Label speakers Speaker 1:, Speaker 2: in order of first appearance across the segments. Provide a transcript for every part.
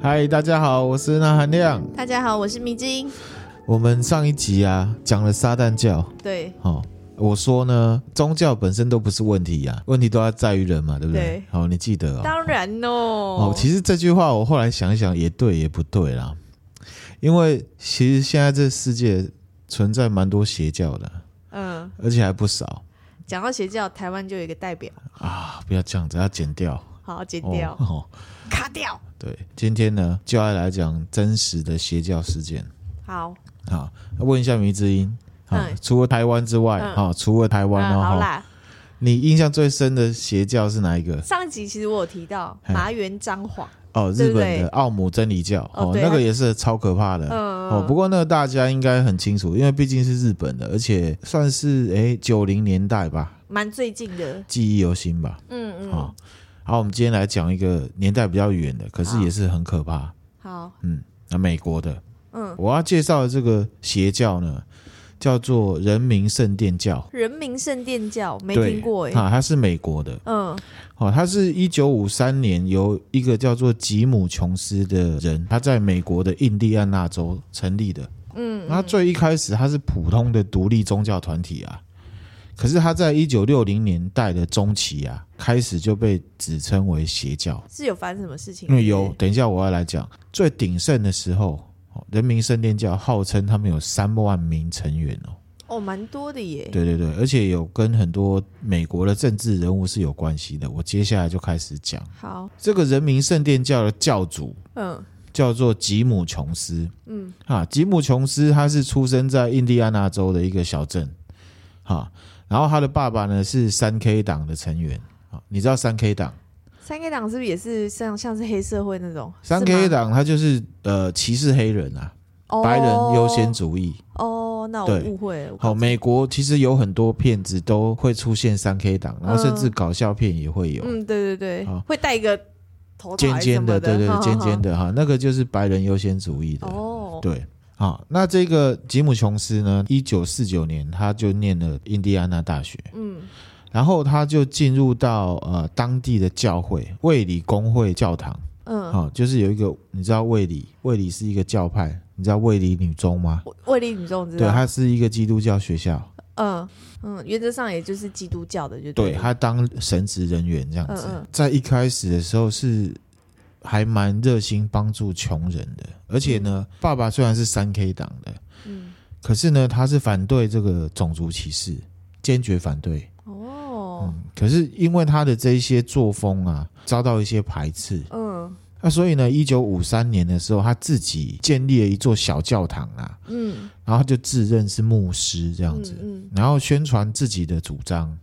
Speaker 1: 嗨，大家好，我是那含亮。
Speaker 2: 大家好，我是迷之音。
Speaker 1: 我们上一集啊讲了撒旦教，
Speaker 2: 对
Speaker 1: 好、我说呢，宗教本身都不是问题呀、啊问题都要在于人嘛，对不对
Speaker 2: 对？
Speaker 1: 好、你记得哦。
Speaker 2: 当然哦
Speaker 1: 哦，其实这句话我后来想一想，也对，也不对啦。因为其实现在这世界存在蛮多邪教的，
Speaker 2: 嗯，
Speaker 1: 而且还不少
Speaker 2: 讲到邪教，台湾就有一个代表，
Speaker 1: 啊！不要这样子，要剪掉，
Speaker 2: 好剪掉、
Speaker 1: 哦哦。
Speaker 2: 卡掉。
Speaker 1: 对，今天呢就要来讲真实的邪教事件。
Speaker 2: 好，
Speaker 1: 好，啊问一下迷之音，好，
Speaker 2: 嗯
Speaker 1: 除了台湾之外，
Speaker 2: 嗯
Speaker 1: 好，除了台湾
Speaker 2: 嗯，
Speaker 1: 哦，
Speaker 2: 好
Speaker 1: 哈
Speaker 2: 啦。
Speaker 1: 你印象最深的邪教是哪一个？
Speaker 2: 上一集其实我有提到
Speaker 1: 嘿
Speaker 2: 麻原彰晃，
Speaker 1: 哦，
Speaker 2: 对
Speaker 1: 日
Speaker 2: 不
Speaker 1: 本
Speaker 2: 对
Speaker 1: 的奥姆真理教，
Speaker 2: 哦
Speaker 1: 哦，
Speaker 2: 对
Speaker 1: 那个也是超可怕的。
Speaker 2: 嗯
Speaker 1: 哦，不过那个大家应该很清楚，因为毕竟是日本的，而且算是诶九零年代吧，
Speaker 2: 蛮最近的，
Speaker 1: 记忆犹新吧。
Speaker 2: 嗯嗯，
Speaker 1: 好、好，我们今天来讲一个年代比较远的，可是也是很可怕。
Speaker 2: 好，
Speaker 1: 那、美国的，
Speaker 2: 嗯，
Speaker 1: 我要介绍的这个邪教呢，叫做人民圣殿教，
Speaker 2: 人民圣殿教没
Speaker 1: 对
Speaker 2: 听过哎、
Speaker 1: 啊，它是美国的。
Speaker 2: 嗯
Speaker 1: 哦，他是一九五三年由一个叫做吉姆·琼斯的人，他在美国的印第安纳州成立的。嗯，那最一开始他是普通的独立宗教团体啊，可是他在一九六零年代的中期啊，开始就被指称为邪教，
Speaker 2: 是有发生什么事情？
Speaker 1: 因为嗯有，等一下我要来讲最鼎盛的时候，哦人民圣殿教号称他们有三万名成员哦。
Speaker 2: 哦，蛮多的耶。
Speaker 1: 对对对，而且有跟很多美国的政治人物是有关系的。我接下来就开始讲。
Speaker 2: 好，
Speaker 1: 这个人民圣殿教的教主
Speaker 2: 嗯
Speaker 1: 叫做吉姆·琼斯。嗯，啊，吉姆·琼斯他是出生在印第安纳州的一个小镇，哈、然后他的爸爸呢是三 K 党的成员。啊，你知道三 K 党？
Speaker 2: 三 K 党是不是也是像像是黑社会那种？
Speaker 1: 三
Speaker 2: 是
Speaker 1: K
Speaker 2: 吗
Speaker 1: 党他就是呃歧视黑人啊，白人优先主义。
Speaker 2: 哦，哦那我
Speaker 1: 对
Speaker 2: 误会了。
Speaker 1: 好，美国其实有很多骗子都会出现三 K 党，然后甚至搞笑片也会有。
Speaker 2: 嗯，对对
Speaker 1: 好
Speaker 2: 对，会带一个头套
Speaker 1: 尖
Speaker 2: 还是什
Speaker 1: 尖
Speaker 2: 么
Speaker 1: 的，对对
Speaker 2: 哈
Speaker 1: 对，
Speaker 2: 哈
Speaker 1: 尖
Speaker 2: 哈
Speaker 1: 尖的哈，那个就是白人优先主义的。
Speaker 2: 哦，
Speaker 1: 对，好，那这个吉姆·琼斯呢，一九四九年他就念了印第安纳大学，
Speaker 2: 嗯，
Speaker 1: 然后他就进入到呃当地的教会卫理公会教堂，
Speaker 2: 嗯，
Speaker 1: 好、就是有一个你知道卫理，卫理是一个教派，你知道卫理女中吗？
Speaker 2: 我卫理女众知
Speaker 1: 对，
Speaker 2: 道，
Speaker 1: 它是一个基督教学校，
Speaker 2: 嗯嗯，原则上也就是基督教的，就
Speaker 1: 对，
Speaker 2: 了
Speaker 1: 他当神职人员这样子，
Speaker 2: 嗯嗯
Speaker 1: 在一开始的时候是。还蛮热心帮助穷人的，而且呢，爸爸虽然是三 K 党的，
Speaker 2: 嗯，
Speaker 1: 可是呢，他是反对这个种族歧视，坚决反对。
Speaker 2: 哦，
Speaker 1: 可是因为他的这一些作风啊，遭到一些排斥。
Speaker 2: 嗯
Speaker 1: 那所以呢，一九五三年的时候，他自己建立了一座小教堂啊，
Speaker 2: 嗯，
Speaker 1: 然后他就自认是牧师这
Speaker 2: 这
Speaker 1: 样子，
Speaker 2: 嗯
Speaker 1: 然后宣传自己的主张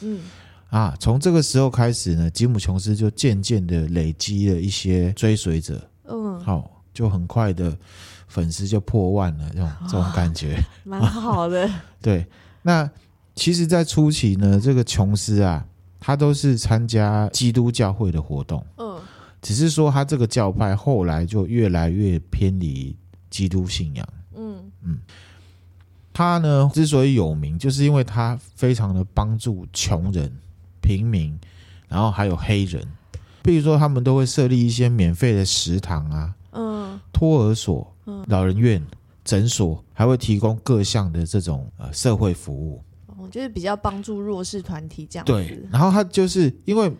Speaker 2: 嗯
Speaker 1: 啊。从这个时候开始呢，吉姆·琼斯就渐渐的累积了一些追随者，
Speaker 2: 嗯，
Speaker 1: 好、就很快的粉丝就破万了，这种这
Speaker 2: 啊
Speaker 1: 种感觉。
Speaker 2: 蛮好的，
Speaker 1: 对，那其实，在初期呢，这个琼斯啊，他都是参加基督教会的活动，
Speaker 2: 嗯
Speaker 1: 只是说他这个教派后来就越来越偏离基督信仰。
Speaker 2: 嗯
Speaker 1: 他呢之所以有名，就是因为他非常的帮助穷人、平民，然后还有黑人。比如说，他们都会设立一些免费的食堂啊、
Speaker 2: 嗯
Speaker 1: 托儿所、老人院、诊所，还会提供各项的这种呃社会服务。
Speaker 2: 哦，就是比较帮助弱势团体这样
Speaker 1: 对
Speaker 2: 子，，
Speaker 1: 然后他就是因为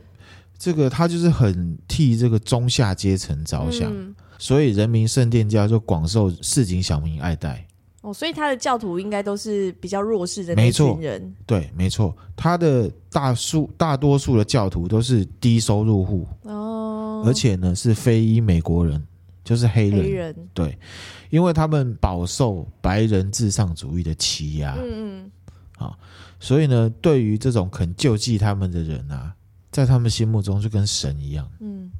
Speaker 1: 这个，他就是很替这个中下阶层着想，
Speaker 2: 嗯
Speaker 1: 所以人民圣殿教就广受市井小民爱戴。
Speaker 2: 哦，所以他的教徒应该都是比较弱势的
Speaker 1: 没
Speaker 2: 那
Speaker 1: 错
Speaker 2: 群人，
Speaker 1: 对，没错，他的大数大多数的教徒都是低收入户，
Speaker 2: 哦，
Speaker 1: 而且呢是非裔美国人，就是黑人，
Speaker 2: 黑人，
Speaker 1: 对，因为他们饱受白人至上主义的欺压，
Speaker 2: 嗯嗯，
Speaker 1: 所以呢，对于这种肯救济他们的人啊，在他们心目中就跟神一样。
Speaker 2: 嗯，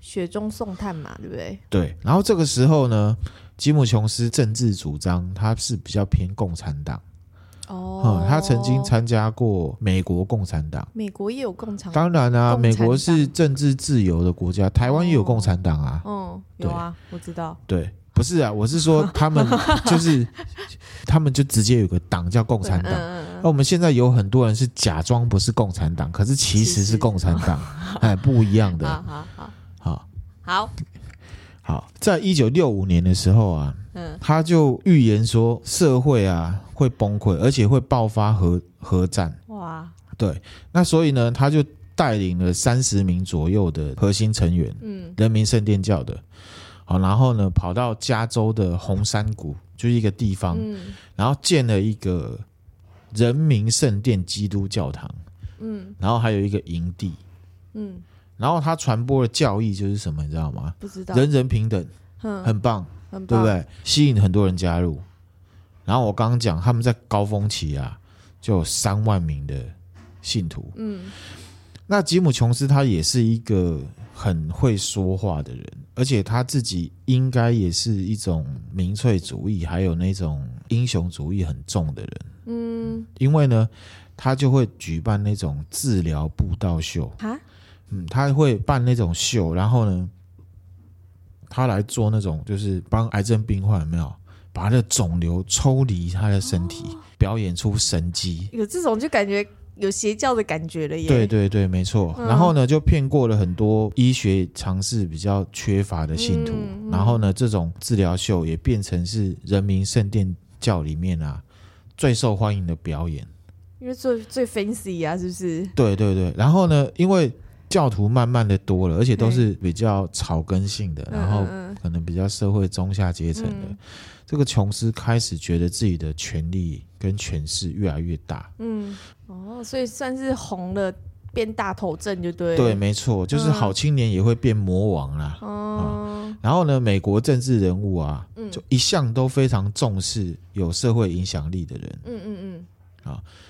Speaker 2: 雪中送炭嘛，对不对？
Speaker 1: 对，然后这个时候呢，吉姆·琼斯政治主张他是比较偏共产党，
Speaker 2: 哦
Speaker 1: 嗯，，他曾经参加过美国共产党。
Speaker 2: 美国也有共产，
Speaker 1: 当然啊，
Speaker 2: 哦共产党
Speaker 1: 美国是政治自由的国家，台湾也有共产党啊。
Speaker 2: 嗯，
Speaker 1: 对
Speaker 2: 有啊，我知道，
Speaker 1: 对，不是啊，我是说他 们就是他们就直接有个党叫共产
Speaker 2: 对
Speaker 1: 党。
Speaker 2: 嗯嗯
Speaker 1: 那我们现在有很多人是假装不是共产党，可是其
Speaker 2: 哦
Speaker 1: 实是共产党，哎，不一样
Speaker 2: 嗯，好
Speaker 1: 的。
Speaker 2: 好好
Speaker 1: 好，
Speaker 2: 好，
Speaker 1: 好，在一九六五年的时候啊，
Speaker 2: 嗯
Speaker 1: 他就预言说社会啊会崩溃，而且会爆发核核战。
Speaker 2: 哇，
Speaker 1: 对，那所以呢，他就带领了三十名左右的核心成员，
Speaker 2: 嗯
Speaker 1: 人民圣殿教的，好，然后呢跑到加州的红山谷，就是一个地方，
Speaker 2: 嗯
Speaker 1: 然后建了一个人民圣殿基督教堂，
Speaker 2: 嗯
Speaker 1: 然后还有一个营地，
Speaker 2: 嗯，
Speaker 1: 然后他传播的教义就是什么，你知道吗？
Speaker 2: 不知道，嗯
Speaker 1: 人人平等，
Speaker 2: 很
Speaker 1: 很棒，
Speaker 2: 很
Speaker 1: 对
Speaker 2: 棒
Speaker 1: 不？对？吸引很多人加入。然后我刚刚讲，他们在高峰期啊，就有三万名的信徒。
Speaker 2: 嗯
Speaker 1: 那吉姆·琼斯他也是一个很会说话的人，而且他自己应该也是一种民粹主义，还有那种英雄主义很重的人。
Speaker 2: 嗯，
Speaker 1: 因为呢，他就会举办那种治疗布道秀，
Speaker 2: 哈，
Speaker 1: 嗯，他会办那种秀，然后呢，他来做那种就是帮癌症病患有没有把他的肿瘤抽离他的身体，
Speaker 2: 哦
Speaker 1: 表演出神迹。
Speaker 2: 有这种就感觉有邪教的感觉了耶。
Speaker 1: 对对对，没错。
Speaker 2: 嗯
Speaker 1: 然后呢，就骗过了很多医学常识比较缺乏的信徒。
Speaker 2: 嗯嗯
Speaker 1: 然后呢，这种治疗秀也变成是人民圣殿教里面啊最受欢迎的表演。
Speaker 2: 因为最最 fancy 啊，是不是？
Speaker 1: 对对对，然后呢，因为教徒慢慢的多了，而且都是比较草根性的，然后
Speaker 2: 嗯嗯
Speaker 1: 可能比较社会中下阶层的，
Speaker 2: 嗯
Speaker 1: 这个琼斯开始觉得自己的权力跟权势越来越大。
Speaker 2: 嗯，嗯哦，所以算是红了，变大头阵就对。嗯
Speaker 1: 对，，没错，就是好青年也会变魔王啦。啊
Speaker 2: 哦，
Speaker 1: 然后呢，美国政治人物啊，
Speaker 2: 嗯
Speaker 1: 就一向都非常重视有社会影响力的人。
Speaker 2: 嗯嗯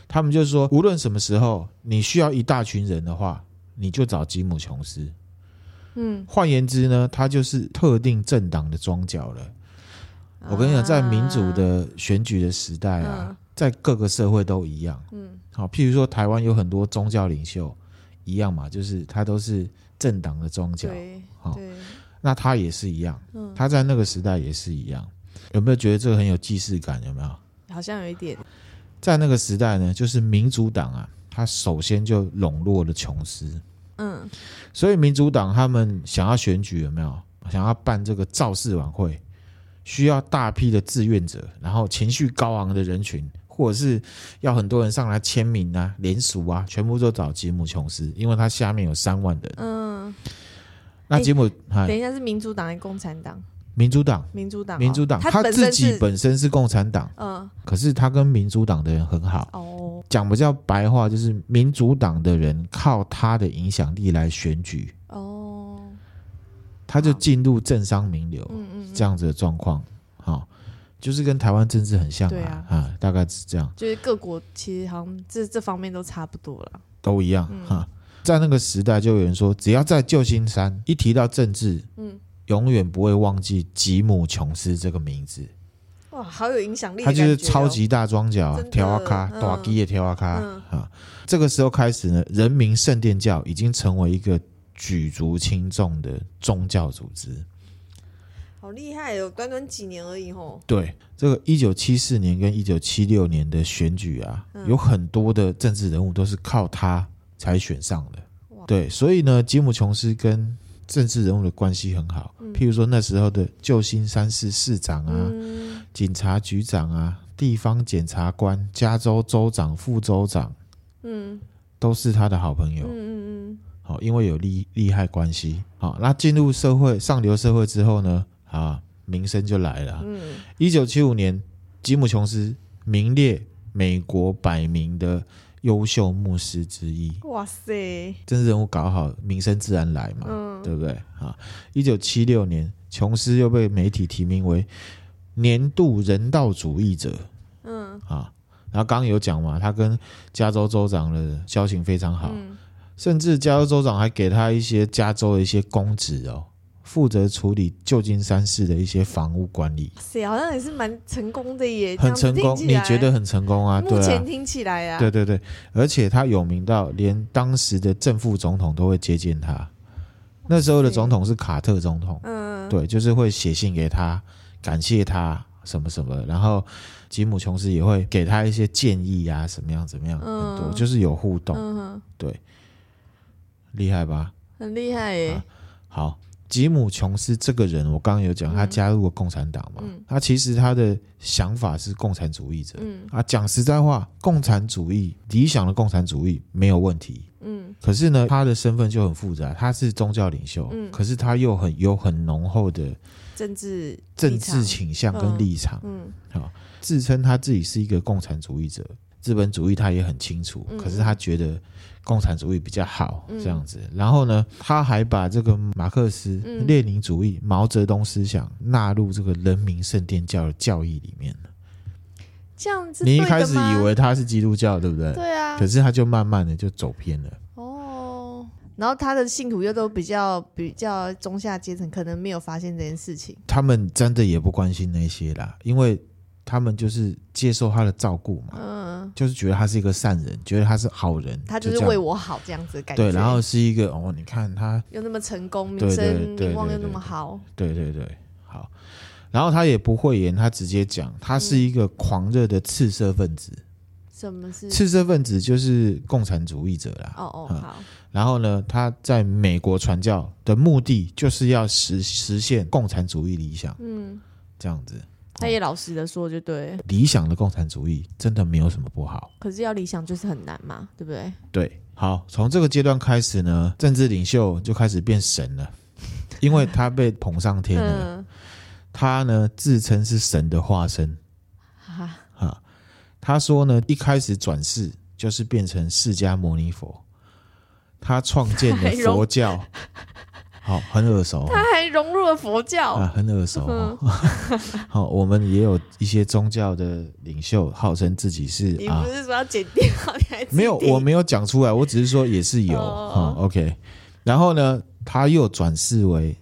Speaker 1: 他们就说，无论什么时候你需要一大群人的话，你就找吉姆·琼斯。
Speaker 2: 嗯
Speaker 1: 换言之呢，他就是特定政党的庄脚了。
Speaker 2: 嗯，
Speaker 1: 我跟你讲，在民主
Speaker 2: 啊，
Speaker 1: 的选举的时代啊
Speaker 2: 嗯，
Speaker 1: 在各个社会都一样。
Speaker 2: 嗯
Speaker 1: 好，譬如说台湾有很多宗教领袖，一样嘛，就是他都是政党的庄脚，
Speaker 2: 对
Speaker 1: 好
Speaker 2: 对，
Speaker 1: 那他也是一样，
Speaker 2: 嗯，
Speaker 1: 他在那个时代也是一样。有没有觉得这个很有既视感？有没有？
Speaker 2: 好像有一点，
Speaker 1: 在那个时代呢，就是民主党啊，他首先就笼络了琼斯，
Speaker 2: 嗯
Speaker 1: 所以民主党他们想要选举有没有？想要办这个造势晚会，需要大批的志愿者，然后情绪高昂的人群，或者是要很多人上来签名啊、联署啊，全部都找吉姆·琼斯，因为他下面有三万人。
Speaker 2: 嗯，
Speaker 1: 那吉姆，哎、
Speaker 2: 等一下是民主党还是共产党？
Speaker 1: 民主党，
Speaker 2: 民主党哦，
Speaker 1: 民主党，
Speaker 2: 他
Speaker 1: 他
Speaker 2: 本
Speaker 1: 自
Speaker 2: 身
Speaker 1: 己
Speaker 2: 是，
Speaker 1: 本身是共产党，
Speaker 2: 嗯，
Speaker 1: 可是他跟民主党的人很好。
Speaker 2: 哦
Speaker 1: 讲比较白话，就是民主党的人靠他的影响力来选举，
Speaker 2: 哦，
Speaker 1: 他就
Speaker 2: 好
Speaker 1: 进入政商名流。
Speaker 2: 嗯嗯，嗯
Speaker 1: 这样子的状况，好、就是跟台湾政治很像
Speaker 2: 对
Speaker 1: 啊
Speaker 2: 啊，
Speaker 1: 啊大概是这样，
Speaker 2: 就是各国其实好像这这方面都差不多了。
Speaker 1: 都一样
Speaker 2: 嗯
Speaker 1: 哈、在那个时代，就有人说，只要在旧金山一提到政治，
Speaker 2: 嗯，
Speaker 1: 永远不会忘记吉姆·琼斯这个名字，
Speaker 2: 哇，好有影响力的
Speaker 1: 他
Speaker 2: 感
Speaker 1: 就
Speaker 2: 觉
Speaker 1: 是
Speaker 2: 哦，
Speaker 1: 超级大庄脚啊
Speaker 2: 真，的
Speaker 1: 条啊咖，
Speaker 2: 嗯
Speaker 1: 大鸡也条啊咖
Speaker 2: 嗯
Speaker 1: 啊。这个时候开始呢，人民圣殿教已经成为一个举足轻重的宗教组织。
Speaker 2: 好厉害哦，短短几年而已吼。
Speaker 1: 对，这个一九七四年跟一九七六年的选举啊，
Speaker 2: 嗯
Speaker 1: 有很多的政治人物都是靠他才选上的
Speaker 2: 哇。
Speaker 1: 对，所以呢，吉姆·琼斯跟政治人物的关系很好。譬如说那时候的旧金山市市长啊、
Speaker 2: 嗯，
Speaker 1: 警察局长啊、地方检察官、加州州长、副州长，
Speaker 2: 嗯
Speaker 1: 都是他的好朋友
Speaker 2: 嗯。嗯
Speaker 1: 好、因为有利利害关系。好、那进入社会上流社会之后呢，啊，名声就来了啊。
Speaker 2: 嗯嗯，
Speaker 1: 一九七五年，吉姆·琼斯名列美国百名的优秀牧师之一。
Speaker 2: 哇塞，
Speaker 1: 政治人物搞好，名声自然来嘛，
Speaker 2: 嗯
Speaker 1: 对不对？啊，一九七六年，琼斯又被媒体提名为年度人道主义者
Speaker 2: 嗯
Speaker 1: 啊。然后刚刚有讲嘛，他跟加州州长的交情非常好，
Speaker 2: 嗯，
Speaker 1: 甚至加州州长还给他一些加州的一些公职哦，负责处理旧金山市的一些房屋管理。
Speaker 2: 哇塞，好像也是蛮成功的耶，
Speaker 1: 很成功，
Speaker 2: 哎这
Speaker 1: 你
Speaker 2: 样子
Speaker 1: 觉
Speaker 2: 听起
Speaker 1: 得
Speaker 2: 来？
Speaker 1: 很成功啊？对
Speaker 2: 目前
Speaker 1: 啊，
Speaker 2: 听起来啊，
Speaker 1: 对对对，而且他有名到连当时的正副总统都会接见他。那时候的总统是卡特总统，
Speaker 2: 嗯，
Speaker 1: 对，就是会写信给他，感谢他什么什么，然后吉姆·琼斯也会给他一些建议啊，怎么样怎么样，很多
Speaker 2: 嗯
Speaker 1: 就是有互动，
Speaker 2: 嗯，
Speaker 1: 对，厉害吧？
Speaker 2: 很厉害耶
Speaker 1: 啊，好，吉姆·琼斯这个人，我刚刚有讲，他加入了共产党嘛，他其实他的想法是共产主义者。
Speaker 2: 嗯
Speaker 1: 啊，讲实在话，共产主义理想的共产主义没有问题，
Speaker 2: 嗯
Speaker 1: 可是呢，他的身份就很复杂，他是宗教领袖，
Speaker 2: 嗯
Speaker 1: 可是他又很有很浓厚的
Speaker 2: 政治
Speaker 1: 政
Speaker 2: 立场
Speaker 1: 治倾向跟
Speaker 2: 嗯
Speaker 1: 立场，
Speaker 2: 嗯
Speaker 1: 自称他自己是一个共产主义者，资本主义他也很清楚，
Speaker 2: 嗯
Speaker 1: 可是他觉得共产主义比较好、
Speaker 2: 嗯
Speaker 1: 这样子。然后呢，他还把这个马克思、
Speaker 2: 嗯
Speaker 1: 列宁主义、毛泽东思想纳入这个人民圣殿教的教义里面。
Speaker 2: 这样子
Speaker 1: 你一
Speaker 2: 对的
Speaker 1: 开始
Speaker 2: 吗
Speaker 1: 以为他是基督教，对不对？
Speaker 2: 对啊
Speaker 1: 可，是他就慢慢的就走偏了。
Speaker 2: 哦，然后他的信徒又都比较比较中下阶层，可能没有发现这件事情。
Speaker 1: 他们真的也不关心那些啦，因为他们就是接受他的照顾嘛，
Speaker 2: 嗯，
Speaker 1: 就是觉得他是一个善人，觉得他是好人，
Speaker 2: 他就
Speaker 1: 这
Speaker 2: 是
Speaker 1: 样
Speaker 2: 为我好这样子的感觉。
Speaker 1: 对，然后是一个哦，你看他，
Speaker 2: 又那么成功，
Speaker 1: 对对
Speaker 2: 名声
Speaker 1: 对
Speaker 2: 名望
Speaker 1: 对
Speaker 2: 又那
Speaker 1: 对
Speaker 2: 么好，
Speaker 1: 对对对，好，然后他也不讳言，他直接讲，他是一个狂热的赤色分子，
Speaker 2: 什么是？
Speaker 1: 赤色分子就是共产主义者啦。
Speaker 2: 嗯哦哦，
Speaker 1: 嗯
Speaker 2: 好，
Speaker 1: 然后呢，他在美国传教的目的就是要实实现共产主义理想，
Speaker 2: 嗯，
Speaker 1: 这样子，
Speaker 2: 他也老实的说，就对了。
Speaker 1: 理想的共产主义真的没有什么不好。
Speaker 2: 可是要理想就是很难嘛，对不对？
Speaker 1: 对，好，从这个阶段开始呢，政治领袖就开始变神 了，因为他被捧上天了。
Speaker 2: 嗯，
Speaker 1: 他呢自称是神的化身
Speaker 2: 哈，
Speaker 1: 啊。他说呢，一开始转世就是变成释迦牟尼佛，他创建 了
Speaker 2: 太哎容
Speaker 1: 佛教，好、很耳熟、
Speaker 2: 他还融入了佛教，
Speaker 1: 啊，很耳熟、
Speaker 2: 嗯
Speaker 1: 哦。 好、我们也有一些宗教的领袖号称自己是
Speaker 2: 你
Speaker 1: 啊
Speaker 2: 不，是说要剪掉？你还
Speaker 1: 没有，
Speaker 2: 自己
Speaker 1: 我没有讲出来，我只是说也是有
Speaker 2: 哦
Speaker 1: 哈、o k 然后呢，他又转世为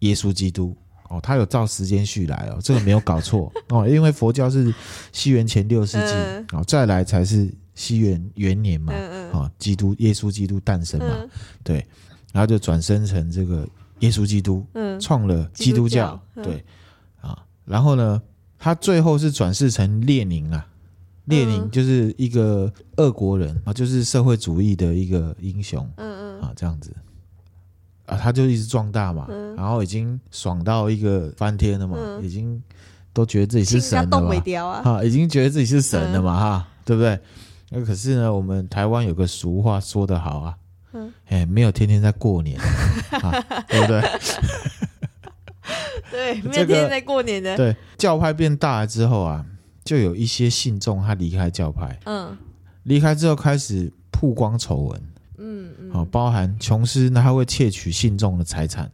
Speaker 1: 耶稣基督哦，他有照时间序来哦，这个没有搞 错哦，因为佛教是西元前六世纪、
Speaker 2: 嗯
Speaker 1: 哦，再来才是西元元年嘛，
Speaker 2: 嗯嗯
Speaker 1: 哦，基督耶稣基督诞生嘛，
Speaker 2: 嗯
Speaker 1: 对，然后就转生成这个耶稣基督，
Speaker 2: 嗯，
Speaker 1: 创了基
Speaker 2: 基
Speaker 1: 督
Speaker 2: 督
Speaker 1: 教，
Speaker 2: 教嗯
Speaker 1: 对啊，然后呢，他最后是转世成列宁啊，列宁
Speaker 2: 嗯
Speaker 1: 就是一个俄国人啊，就是社会主义的一个英雄
Speaker 2: 嗯嗯
Speaker 1: 啊，这样子啊，他就一直壮大嘛，
Speaker 2: 嗯
Speaker 1: 然后已经爽到一个翻天了嘛，
Speaker 2: 嗯
Speaker 1: 已经都觉得自己是
Speaker 2: 亲
Speaker 1: 神了
Speaker 2: 人家动尾
Speaker 1: 嘛，
Speaker 2: 雕啊，
Speaker 1: 啊，已经觉得自己是神了嘛，
Speaker 2: 嗯
Speaker 1: 哈，对不对？那可是呢，我们台湾有个俗话说得好啊，
Speaker 2: 嗯
Speaker 1: 哎，没有天天在过年，啊，对不对？
Speaker 2: 对，
Speaker 1: 个
Speaker 2: 没有天天在过年的，
Speaker 1: 对，教派变大了之后啊，就有一些信众他离开教派，
Speaker 2: 嗯
Speaker 1: 离开之后开始曝光丑闻，
Speaker 2: 嗯嗯，
Speaker 1: 好、包含琼斯呢，他会窃取信众的财产，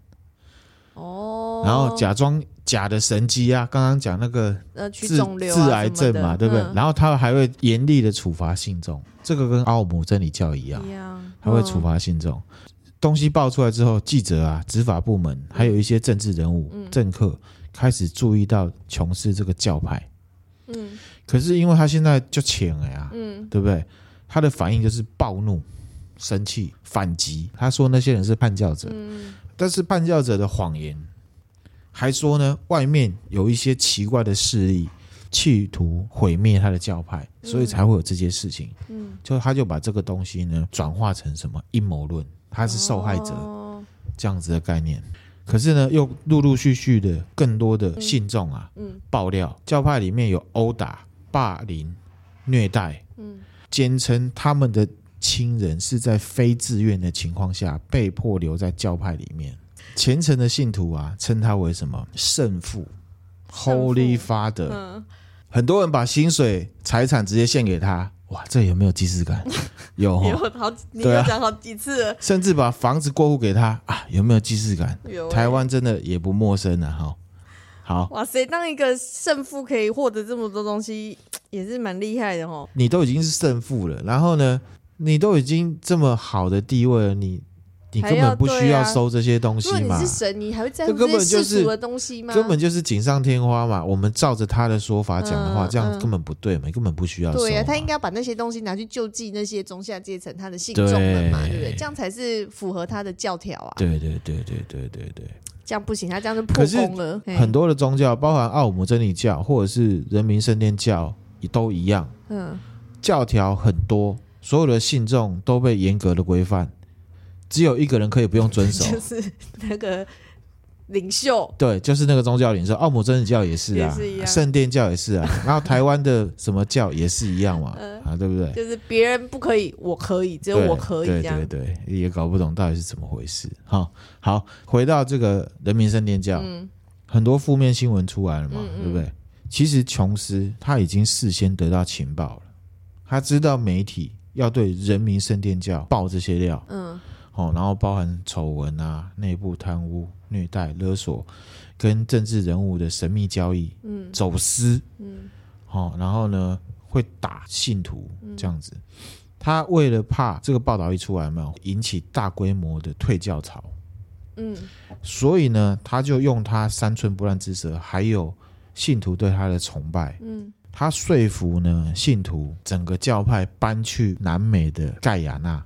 Speaker 2: 哦，
Speaker 1: 然后假装假的神迹啊，刚刚讲那个
Speaker 2: 呃去
Speaker 1: 治、
Speaker 2: 肿瘤啊
Speaker 1: 致癌
Speaker 2: 什么
Speaker 1: 症
Speaker 2: 的
Speaker 1: 嘛，对不对？
Speaker 2: 嗯
Speaker 1: 然后他还会严厉的处罚信众，这个跟奥姆真理教一样，
Speaker 2: 一样，
Speaker 1: 啊
Speaker 2: 嗯
Speaker 1: 他会处罚信众。东西爆出来之后，记者啊、执法部门，还有一些政治人物、
Speaker 2: 嗯
Speaker 1: 政客开始注意到琼斯这个教派。
Speaker 2: 嗯，
Speaker 1: 可是因为他现在就浅了呀，
Speaker 2: 嗯
Speaker 1: 对不对？他的反应就是暴怒、生气、反击。他说那些人是叛教者，
Speaker 2: 嗯
Speaker 1: 但是叛教者的谎言还说呢，外面有一些奇怪的势力企图毁灭他的教派，所以才会有这些事情。
Speaker 2: 嗯嗯，
Speaker 1: 就他就把这个东西呢转化成什么阴谋论，他
Speaker 2: 他
Speaker 1: 是受害者、
Speaker 2: 嗯
Speaker 1: 这样子的概念。可是呢，又陆陆续续的更多的信众啊，
Speaker 2: 嗯
Speaker 1: 爆料，教派里面有殴打、霸凌、虐待，
Speaker 2: 嗯
Speaker 1: 坚称他们的亲人是在非自愿的情况下被迫留在教派里面。虔诚的信徒啊，称他为什么圣父
Speaker 2: 圣父
Speaker 1: ，Holy Father。
Speaker 2: 嗯，
Speaker 1: 很多人把薪水、财产直接献给他，哇，这有没有既视 感？有哦，
Speaker 2: 有好几，你
Speaker 1: 对
Speaker 2: 有
Speaker 1: 啊
Speaker 2: 讲好几次了，
Speaker 1: 甚至把房子过户给他啊，有没有既视感？
Speaker 2: 有欸
Speaker 1: 台湾真的也不陌生啊，哈。好，
Speaker 2: 哇塞，当一个胜负可以获得这么多东西，也是蛮厉害的哦。
Speaker 1: 你都已经是胜负了，然后呢，你都已经这么好的地位了，你你根本不需
Speaker 2: 还要对
Speaker 1: 要
Speaker 2: 啊
Speaker 1: 收这些东西
Speaker 2: 如果你
Speaker 1: 嘛，
Speaker 2: 是神，你还会在乎
Speaker 1: 这根
Speaker 2: 这
Speaker 1: 本
Speaker 2: 些
Speaker 1: 就是
Speaker 2: 世俗的东西吗？
Speaker 1: 根本就是锦上添花嘛。我们照着他的说法讲的话，
Speaker 2: 嗯
Speaker 1: 这样
Speaker 2: 嗯
Speaker 1: 根本不对嘛，你根本不需要收嘛。
Speaker 2: 对呀、啊他应该要把那些东西拿去救济那些中下阶层他的信
Speaker 1: 对
Speaker 2: 众们嘛，对不对？这样才是符合他的教条啊。
Speaker 1: 对对对对对对对，
Speaker 2: 这样不行，他这样就
Speaker 1: 可
Speaker 2: 破
Speaker 1: 是
Speaker 2: 功了。嘿
Speaker 1: 很多的宗教，包含奥姆真理教或者是人民圣殿教，也都一样，
Speaker 2: 嗯
Speaker 1: 教条很多，所有的信众都 哦被严格的规范，只有一个人可以不用遵守，
Speaker 2: 就是那个领袖，
Speaker 1: 对，就是那个宗教领袖，奥姆真理教也是啊
Speaker 2: 也是一，样
Speaker 1: 圣殿教也是啊， 然后台湾的什么教也是一样嘛，啊，对不对？
Speaker 2: 就是别人不可以，我可呃以，只有
Speaker 1: 对
Speaker 2: 我可以这样
Speaker 1: 对。对对，也搞不懂到底是怎么回事。好，好，回到这个人民圣殿教，
Speaker 2: 嗯
Speaker 1: 很多负面新闻出来了嘛，对不对？其实琼斯他已经事先得到情报了，他知道媒体要对人民圣殿教爆这些料，
Speaker 2: 嗯，
Speaker 1: 哦，然后包含丑闻啊、内部贪污、虐待、勒索，跟政治人物的神秘交易、嗯、走私，嗯，哦，然后呢会打信徒
Speaker 2: 嗯
Speaker 1: 这样子。他为了怕这个报道一出来嘛，引起大规模的退教潮，
Speaker 2: 嗯，
Speaker 1: 所以呢，他就用他三寸不烂之舌，还有信徒对他的崇拜，
Speaker 2: 嗯，
Speaker 1: 他说服呢信徒整个教派搬去南美的盖亚纳，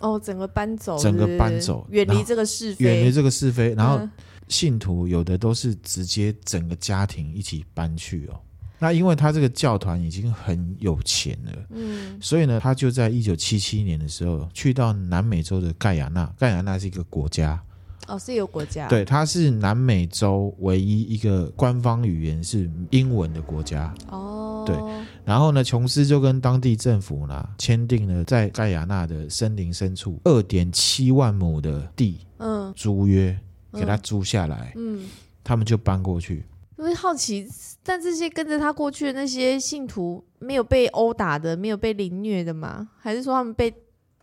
Speaker 2: 哦，整个搬走，
Speaker 1: 整个
Speaker 2: 是不是
Speaker 1: 搬走
Speaker 2: 远
Speaker 1: 然
Speaker 2: 离
Speaker 1: 后
Speaker 2: 这个是非，
Speaker 1: 远离这个是非，然后
Speaker 2: 嗯
Speaker 1: 信徒有的都是直接整个家庭一起搬去哦。那因为他这个教团已经很有钱了，
Speaker 2: 嗯
Speaker 1: 所以呢，他就在一九七七年的时候去到南美洲的盖亚纳。盖亚纳是一个国家，
Speaker 2: 哦，是一个国家，，
Speaker 1: 对，它是南美洲唯一一个官方语言是英文的国家。
Speaker 2: 哦，
Speaker 1: 对，然后呢，琼斯就跟当地政府呢签订了在盖亚纳的森林深处二点七万亩的地
Speaker 2: 嗯
Speaker 1: 租约，给他
Speaker 2: 嗯
Speaker 1: 租下来，
Speaker 2: 嗯，
Speaker 1: 他们就搬过去。
Speaker 2: 因为好奇，但这些跟着他过去的那些信徒，没有被殴打的，没有被凌虐的吗？还是说他们被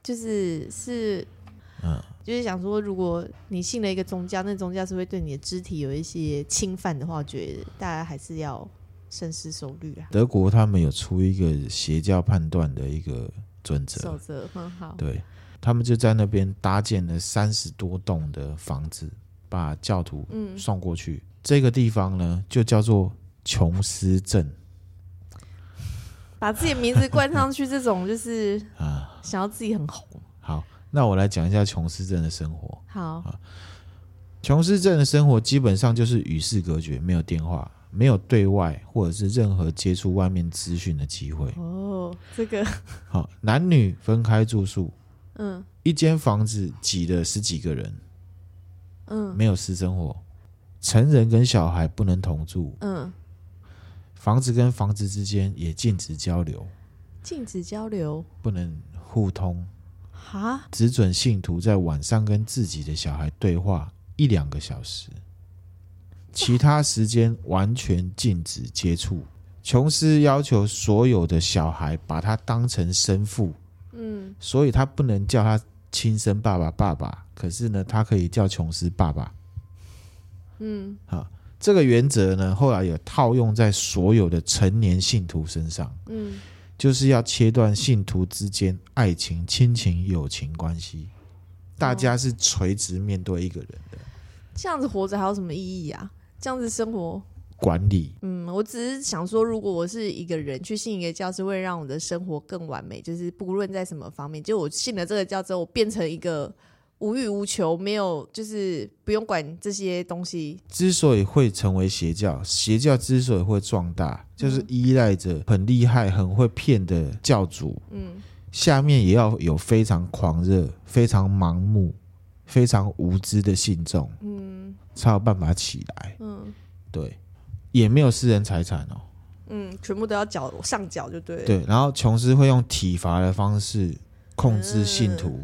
Speaker 2: 就是是
Speaker 1: 嗯，
Speaker 2: 就是想说，如果你信了一个宗教，那宗教是会对你的肢体有一些侵犯的话，我觉得大家还是要深思熟虑啊。
Speaker 1: 德国他们有出一个邪教判断的一个准
Speaker 2: 守
Speaker 1: 则，
Speaker 2: 则很好，
Speaker 1: 啊对他们就在那边搭建了三十多栋的房子，把教徒
Speaker 2: 嗯，
Speaker 1: 送过去。这个地方呢，就叫做琼斯镇
Speaker 2: 把自己的名字冠上去，这种就是
Speaker 1: 啊。
Speaker 2: 想要自己很红。
Speaker 1: 好，那我来讲一下琼斯镇的生活。
Speaker 2: 好，
Speaker 1: 琼斯镇的生活基本上就是与世隔绝，没有电话，没有对外或者是任何接触外面资讯的机会。
Speaker 2: 哦，这个，
Speaker 1: 好，男女分开住宿，
Speaker 2: 嗯
Speaker 1: 一间房子挤了十几个人。
Speaker 2: 嗯
Speaker 1: 没有私生活，成人跟小孩不能同住，
Speaker 2: 嗯，
Speaker 1: 房子跟房子之间也禁止交流，
Speaker 2: 禁止交流，
Speaker 1: 不能互通，
Speaker 2: 哈，
Speaker 1: 只准信徒在晚上跟自己的小孩对话一两个小时，其他时间完全禁止接触。琼斯要求所有的小孩把他当成生父，
Speaker 2: 嗯
Speaker 1: 所以他不能叫他亲生爸爸爸爸，可是呢，他可以叫琼斯爸爸。
Speaker 2: 嗯，
Speaker 1: 这个原则呢，后来有套用在所有的成年信徒身上，
Speaker 2: 嗯，
Speaker 1: 就是要切断信徒之间爱情、亲情、友情关系。大家是垂直面对一个人的
Speaker 2: 这样子活着还有什么意义啊？这样子生活，
Speaker 1: 管理，
Speaker 2: 嗯，我只是想说，如果我是一个人去信一个教，是会让我的生活更完美，就是不论在什么方面，就我信了这个教之后，我变成一个无欲无求，没有就是不用管这些东西，
Speaker 1: 之所以会成为邪教，邪教之所以会壮大，就是依赖着很厉害、很会骗的教主，
Speaker 2: 嗯
Speaker 1: 下面也要有非常狂热、非常盲目、非常无知的信众，
Speaker 2: 嗯
Speaker 1: 才有办法起来。
Speaker 2: 嗯
Speaker 1: 对，也没有私人财产哦。
Speaker 2: 嗯，全部都要缴上缴就对了，
Speaker 1: 对，然后琼斯会用体罚的方式控
Speaker 2: 嗯
Speaker 1: 制信徒，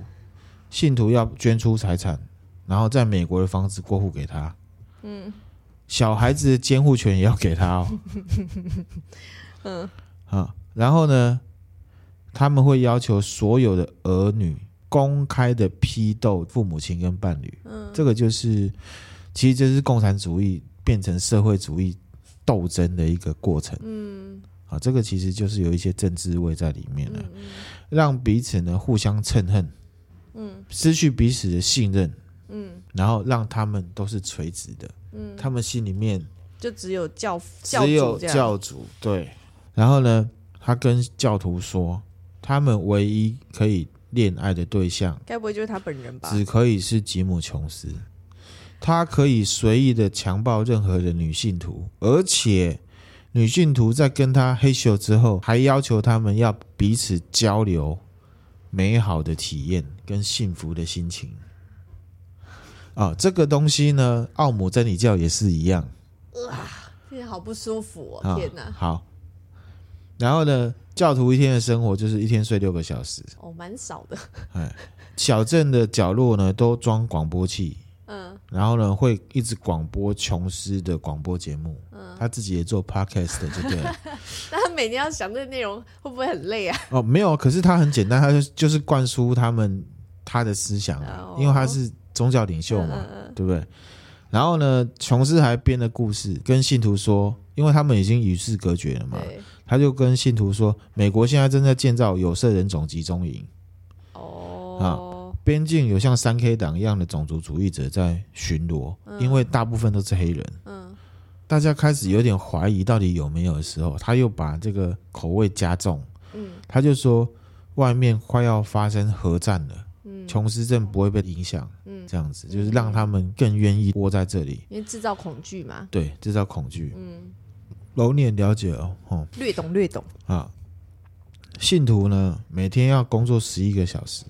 Speaker 1: 信徒要捐出财产，然后在美国的房子过户给他。
Speaker 2: 嗯
Speaker 1: 小孩子的监护权也要给他哦。嗯，啊，然后呢，他们会要求所有的儿女公开的批斗父母亲跟伴侣。
Speaker 2: 嗯
Speaker 1: 这个就是，其实这是共产主义变成社会主义斗争的一个过程。
Speaker 2: 嗯
Speaker 1: 啊，这个其实就是有一些政治味在里面了，
Speaker 2: 嗯嗯
Speaker 1: 让彼此呢互相憎恨，
Speaker 2: 嗯
Speaker 1: 失去彼此的信任，
Speaker 2: 嗯
Speaker 1: 然后让他们都是垂直的，
Speaker 2: 嗯，
Speaker 1: 他们心里面
Speaker 2: 就只有教教
Speaker 1: 只有
Speaker 2: 主这样，
Speaker 1: 教主对。然后呢，他跟教徒说，他们唯一可以恋爱的对象
Speaker 2: 该不会就是他本人吧？
Speaker 1: 只可以是吉姆·琼斯，他可以随意的强暴任何的女信徒，而且女信徒在跟他嘿咻之后，还要求他们要彼此交流美好的体验跟幸福的心情。啊，这个东西呢，奥姆真理教也是一样
Speaker 2: 现在好不舒服哦，
Speaker 1: 啊。
Speaker 2: 天哪！
Speaker 1: 好，然后呢，教徒一天的生活就是一天睡六个小时。
Speaker 2: 哦，蛮少的，
Speaker 1: 小镇的角落呢，都装广播器，
Speaker 2: 嗯
Speaker 1: 然后呢，会一直广播琼斯的广播节目。
Speaker 2: 嗯
Speaker 1: 他自己也做 podcast 的，就对了。
Speaker 2: 但他每天要想这个内容，会不会很累啊？
Speaker 1: 哦，没有，可是他很简单，他就就是灌输他们他的思想啊
Speaker 2: 哦，
Speaker 1: 因为他是宗教领
Speaker 2: 嗯
Speaker 1: 袖嘛，对不对？然后呢，琼斯还编了故事跟信徒说，因为他们已经与世隔绝了嘛，
Speaker 2: 对，
Speaker 1: 他就跟信徒说，美国现在正在建造有色人种集中营，啊
Speaker 2: 哦，
Speaker 1: 边境有像三 K 党一样的种族主义者在巡逻，因为大部分都是黑人。
Speaker 2: 嗯，
Speaker 1: 大家开始有点怀疑到底有没有的时候，他又把这个口味加重。
Speaker 2: 嗯，
Speaker 1: 他就说外面快要发生核战了，嗯，琼斯镇不会被影响，嗯，这样子就是让他们更愿意窝在这里，
Speaker 2: 因为制造恐惧嘛，
Speaker 1: 对，制造恐惧。嗯，楼你也了解哦，哦
Speaker 2: 略懂略懂，
Speaker 1: 啊，信徒呢每天要工作十一个小时，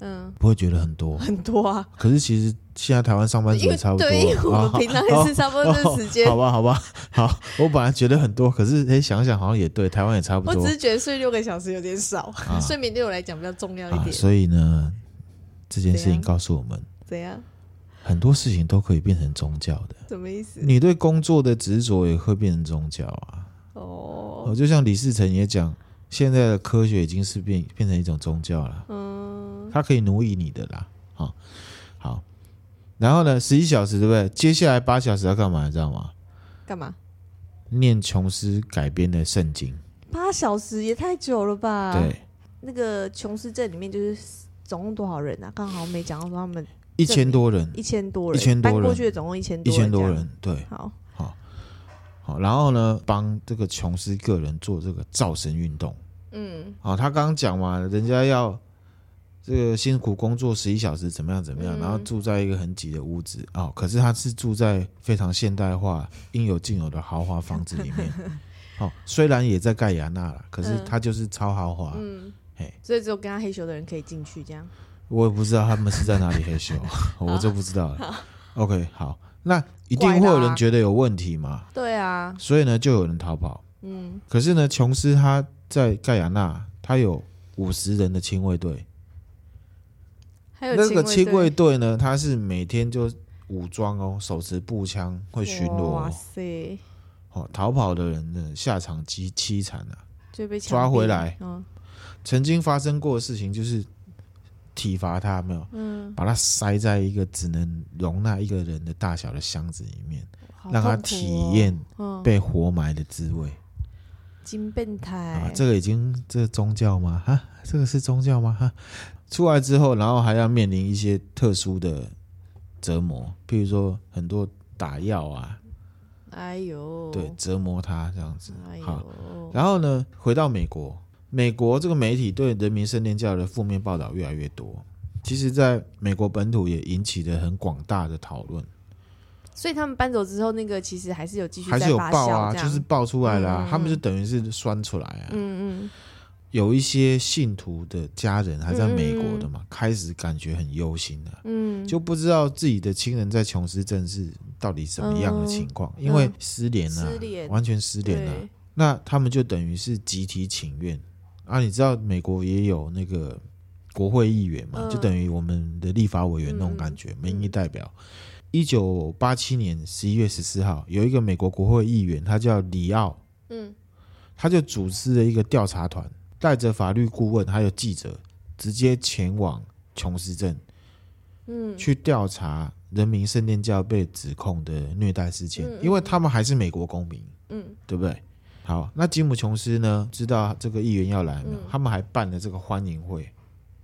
Speaker 2: 嗯，
Speaker 1: 不会觉得很多，
Speaker 2: 很多啊，
Speaker 1: 可是其实现在台湾上班族
Speaker 2: 因
Speaker 1: 也
Speaker 2: 为
Speaker 1: 差不多了，
Speaker 2: 对，因为我
Speaker 1: 啊
Speaker 2: 们平常也是差不多这时间
Speaker 1: 哦。好吧，好吧，好。我本来觉得很多，可是哎，想想好像也对，台湾也差不
Speaker 2: 我
Speaker 1: 多
Speaker 2: 只是觉得睡六个小时有点少，
Speaker 1: 啊
Speaker 2: 睡眠对我来讲比较重要一
Speaker 1: 啊。
Speaker 2: 点。啊
Speaker 1: 所以呢，这件事
Speaker 2: 怎
Speaker 1: 情
Speaker 2: 样
Speaker 1: 告诉我们，
Speaker 2: 怎样？
Speaker 1: 很多事情都可以变成宗教的。
Speaker 2: 什么意思？
Speaker 1: 你对工作的执着也会变成宗教啊。
Speaker 2: 哦，
Speaker 1: 哦，就像李世成也讲，现在的科学已经是变变成一种宗教了，
Speaker 2: 嗯，
Speaker 1: 它可以奴役你的啦。好、好。然后呢，十一小时对不对？接下来八小时要干嘛？你知道吗？
Speaker 2: 干嘛？
Speaker 1: 念琼斯改编的圣经。
Speaker 2: 八小时也太久了吧？
Speaker 1: 对，
Speaker 2: 那个琼斯镇里面就是总共多少人啊？刚好没讲到说他们
Speaker 1: 一千多人。
Speaker 2: 一千多人，
Speaker 1: 一千多人
Speaker 2: 搬过去的总共一千
Speaker 1: 一
Speaker 2: 多人，
Speaker 1: 千多。人，对，
Speaker 2: 好，
Speaker 1: 好，然后呢，帮这个琼斯个人做这个造神运动。
Speaker 2: 嗯
Speaker 1: 好，他刚刚讲嘛，人家要这个辛苦工作十一小时，怎么样怎么样，
Speaker 2: 嗯
Speaker 1: 然后住在一个很挤的屋子哦，可是他是住在非常现代化、应有尽有的豪华房子里 面。哦，虽然也在盖亚纳啦，可是
Speaker 2: 嗯
Speaker 1: 他就是超豪华。
Speaker 2: 嗯
Speaker 1: 嘿，
Speaker 2: 所以只有跟他黑球的人可以进去，这样。
Speaker 1: 我也不知道他们是在哪里黑 修， 我就不知道了。OK，好，那一定会有
Speaker 2: 啊
Speaker 1: 人觉得有问题嘛？
Speaker 2: 对啊，
Speaker 1: 所以呢，就有人逃跑。
Speaker 2: 嗯，
Speaker 1: 可是呢，琼斯他在盖亚纳，他有五十人的亲卫队，
Speaker 2: 还有
Speaker 1: 那个亲卫
Speaker 2: 卫
Speaker 1: 队呢，他是每天就武装哦，手持步枪会
Speaker 2: 队
Speaker 1: 巡
Speaker 2: 哇
Speaker 1: 逻哦
Speaker 2: 塞，
Speaker 1: 哦，逃跑的人呢下场极凄惨啊！
Speaker 2: 就被枪毙
Speaker 1: 抓回来。
Speaker 2: 嗯
Speaker 1: 曾经发生过的事情就是体罚他，没有，
Speaker 2: 嗯，
Speaker 1: 把他塞在一个只能容纳一个人的大小的箱子里面，
Speaker 2: 好
Speaker 1: 让他
Speaker 2: 痛苦
Speaker 1: 体
Speaker 2: 哦
Speaker 1: 验
Speaker 2: 嗯
Speaker 1: 被活埋的滋味。
Speaker 2: 金变
Speaker 1: 啊
Speaker 2: 态，，
Speaker 1: 这个已经这个宗教吗？哈，这个是宗教吗？哈，出来之后，然后还要面临一些特殊的折磨，譬如说很多打药啊，
Speaker 2: 哎呦，
Speaker 1: 对，折磨他这样子。
Speaker 2: 哎
Speaker 1: 好
Speaker 2: 呦，
Speaker 1: 然后呢，回到美国，美国这个媒体对人民圣殿教的负面报道越来越多，其实在美国本土也引起了很广大的讨论，
Speaker 2: 所以他们搬走之后，那个其实还是有继续
Speaker 1: 还
Speaker 2: 在
Speaker 1: 是有
Speaker 2: 发
Speaker 1: 报
Speaker 2: 酵
Speaker 1: 啊，
Speaker 2: 这样，
Speaker 1: 就是爆出来了、啊，
Speaker 2: 嗯
Speaker 1: 他们就等于是酸出来啊，
Speaker 2: 嗯嗯，
Speaker 1: 有一些信徒的家人还在美国的嘛，开始感觉很忧心了、
Speaker 2: 嗯，
Speaker 1: 就不知道自己的亲人在琼斯镇是到底什么样的情况，因为失联了、
Speaker 2: 嗯失联
Speaker 1: 完全失联了、啊
Speaker 2: 对
Speaker 1: 那他们就等于是集体请愿啊！你知道美国也有那个国会议员嘛，
Speaker 2: 嗯
Speaker 1: 就等于我们的立法委员那种感觉，民意代表。一九八七年十一月十四号，有一个美国国会议员，他叫里奥，
Speaker 2: 嗯，
Speaker 1: 他就组织了一个调查团，带着法律顾问还有记者，直接前往琼斯镇，嗯，去调查人民圣殿教被指控的虐待事件，因为他们还是美国公民，嗯，对不对？好，那吉姆琼斯呢，知道这个议员要来了，他们还办了这个欢迎会，嗯，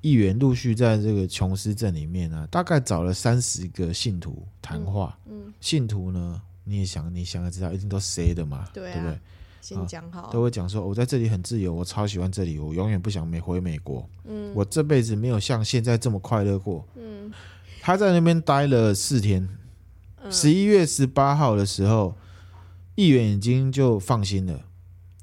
Speaker 1: 议员陆续在这个琼斯镇里面啊呢，大概找了三十个信徒谈话，嗯，信徒呢，你也想，你想要知道，一定都谁的嘛，
Speaker 2: 对啊
Speaker 1: 不对？
Speaker 2: 先讲好，
Speaker 1: 都会讲说，我在这里很自由，我超喜欢这里，我永远不想没回美国。嗯，我这辈子没有像现在这么快乐过。嗯，他在那边待了四天，
Speaker 2: 嗯
Speaker 1: 十一、月十八号的时候，议员已经就放心了，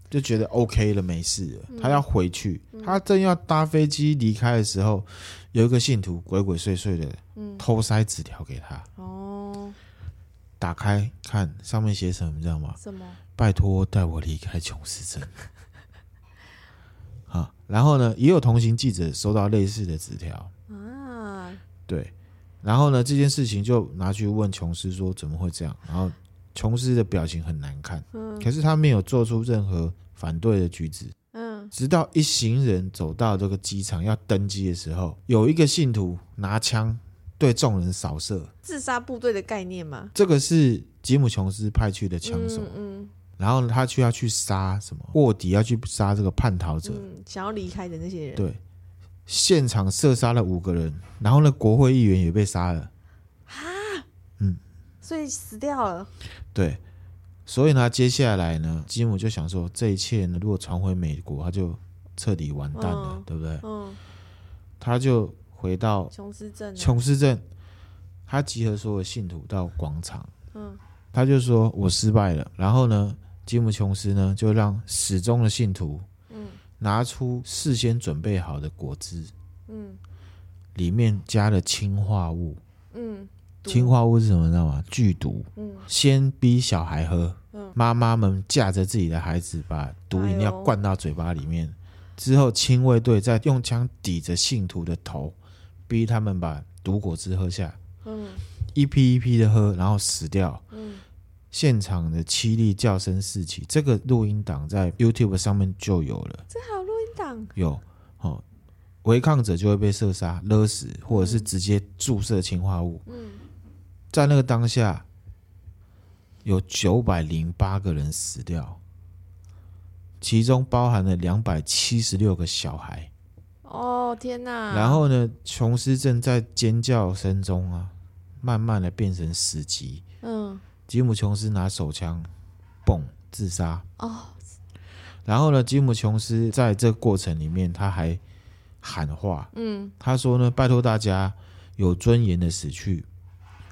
Speaker 1: 就觉得 OK 了，没事了。他要回去，他正要搭飞机离开的时候，有一个信徒鬼鬼祟祟的，
Speaker 2: 嗯
Speaker 1: 偷塞纸条给他，
Speaker 2: 哦，
Speaker 1: 打开看上面写什么，你知道吗？
Speaker 2: 什么？
Speaker 1: 拜托带我离开琼斯镇。啊，然后呢，也有同行记者收到类似的纸条，
Speaker 2: 啊，
Speaker 1: 对，然后呢，这件事情就拿去问琼斯说怎么会这样，然后琼斯的表情很难看，可是他没有做出任何反对的举止，
Speaker 2: 嗯，
Speaker 1: 直到一行人走到这个机场要登机的时候，有一个信徒拿枪对众人扫射，
Speaker 2: 自杀部队的概念嘛，
Speaker 1: 这个是吉姆琼斯派去的枪手，
Speaker 2: 嗯
Speaker 1: 然后他去要去杀什么卧底，要去杀这个叛逃者，
Speaker 2: 嗯，想要离开的那些人，
Speaker 1: 对，现场射杀了五个人，然后呢，国会议员也被杀了，
Speaker 2: 所以死掉了，
Speaker 1: 对，所以呢，接下来呢，吉姆就想说，这一切呢，如果传回美国，他就彻底完蛋了，
Speaker 2: 嗯
Speaker 1: 对不对？
Speaker 2: 嗯，
Speaker 1: 他就回到
Speaker 2: 琼斯镇啊，
Speaker 1: 琼斯镇，他集合所有信徒到广场，
Speaker 2: 嗯，
Speaker 1: 他就说我失败了。然后呢，吉姆琼斯呢就让始终的信徒，
Speaker 2: 嗯，
Speaker 1: 拿出事先准备好的果汁，
Speaker 2: 嗯
Speaker 1: 里面加了氰化物。
Speaker 2: 嗯，毒
Speaker 1: 氰化物是什么？你知道吗？剧毒。
Speaker 2: 嗯
Speaker 1: 先逼小孩喝，
Speaker 2: 嗯
Speaker 1: 妈妈们架着自己的孩子把毒饮料
Speaker 2: 哎呦
Speaker 1: 灌到嘴巴里面，之后亲卫队再用枪抵着信徒的头，逼他们把毒果汁喝下，
Speaker 2: 嗯
Speaker 1: 一批一批的喝，然后死掉。
Speaker 2: 嗯，
Speaker 1: 现场的凄厉叫声四起，这个录音档在 YouTube 上面就有了，
Speaker 2: 这还有录音档，
Speaker 1: 有哦。违抗者就会被射杀、勒死，或者是直接注射氰化物。
Speaker 2: 嗯，
Speaker 1: 在那个当下，有九百零八个人死掉，其中包含了两百七十六个小孩。
Speaker 2: 哦天哪，
Speaker 1: 然后呢，琼斯镇在尖叫声中啊，慢慢的变成死寂。
Speaker 2: 嗯
Speaker 1: 吉姆·琼斯拿手枪，嘣，自杀。
Speaker 2: 哦
Speaker 1: 然后呢，吉姆·琼斯在这过程里面，他还喊话，
Speaker 2: 嗯
Speaker 1: 他说呢：“拜托大家有尊严的死去，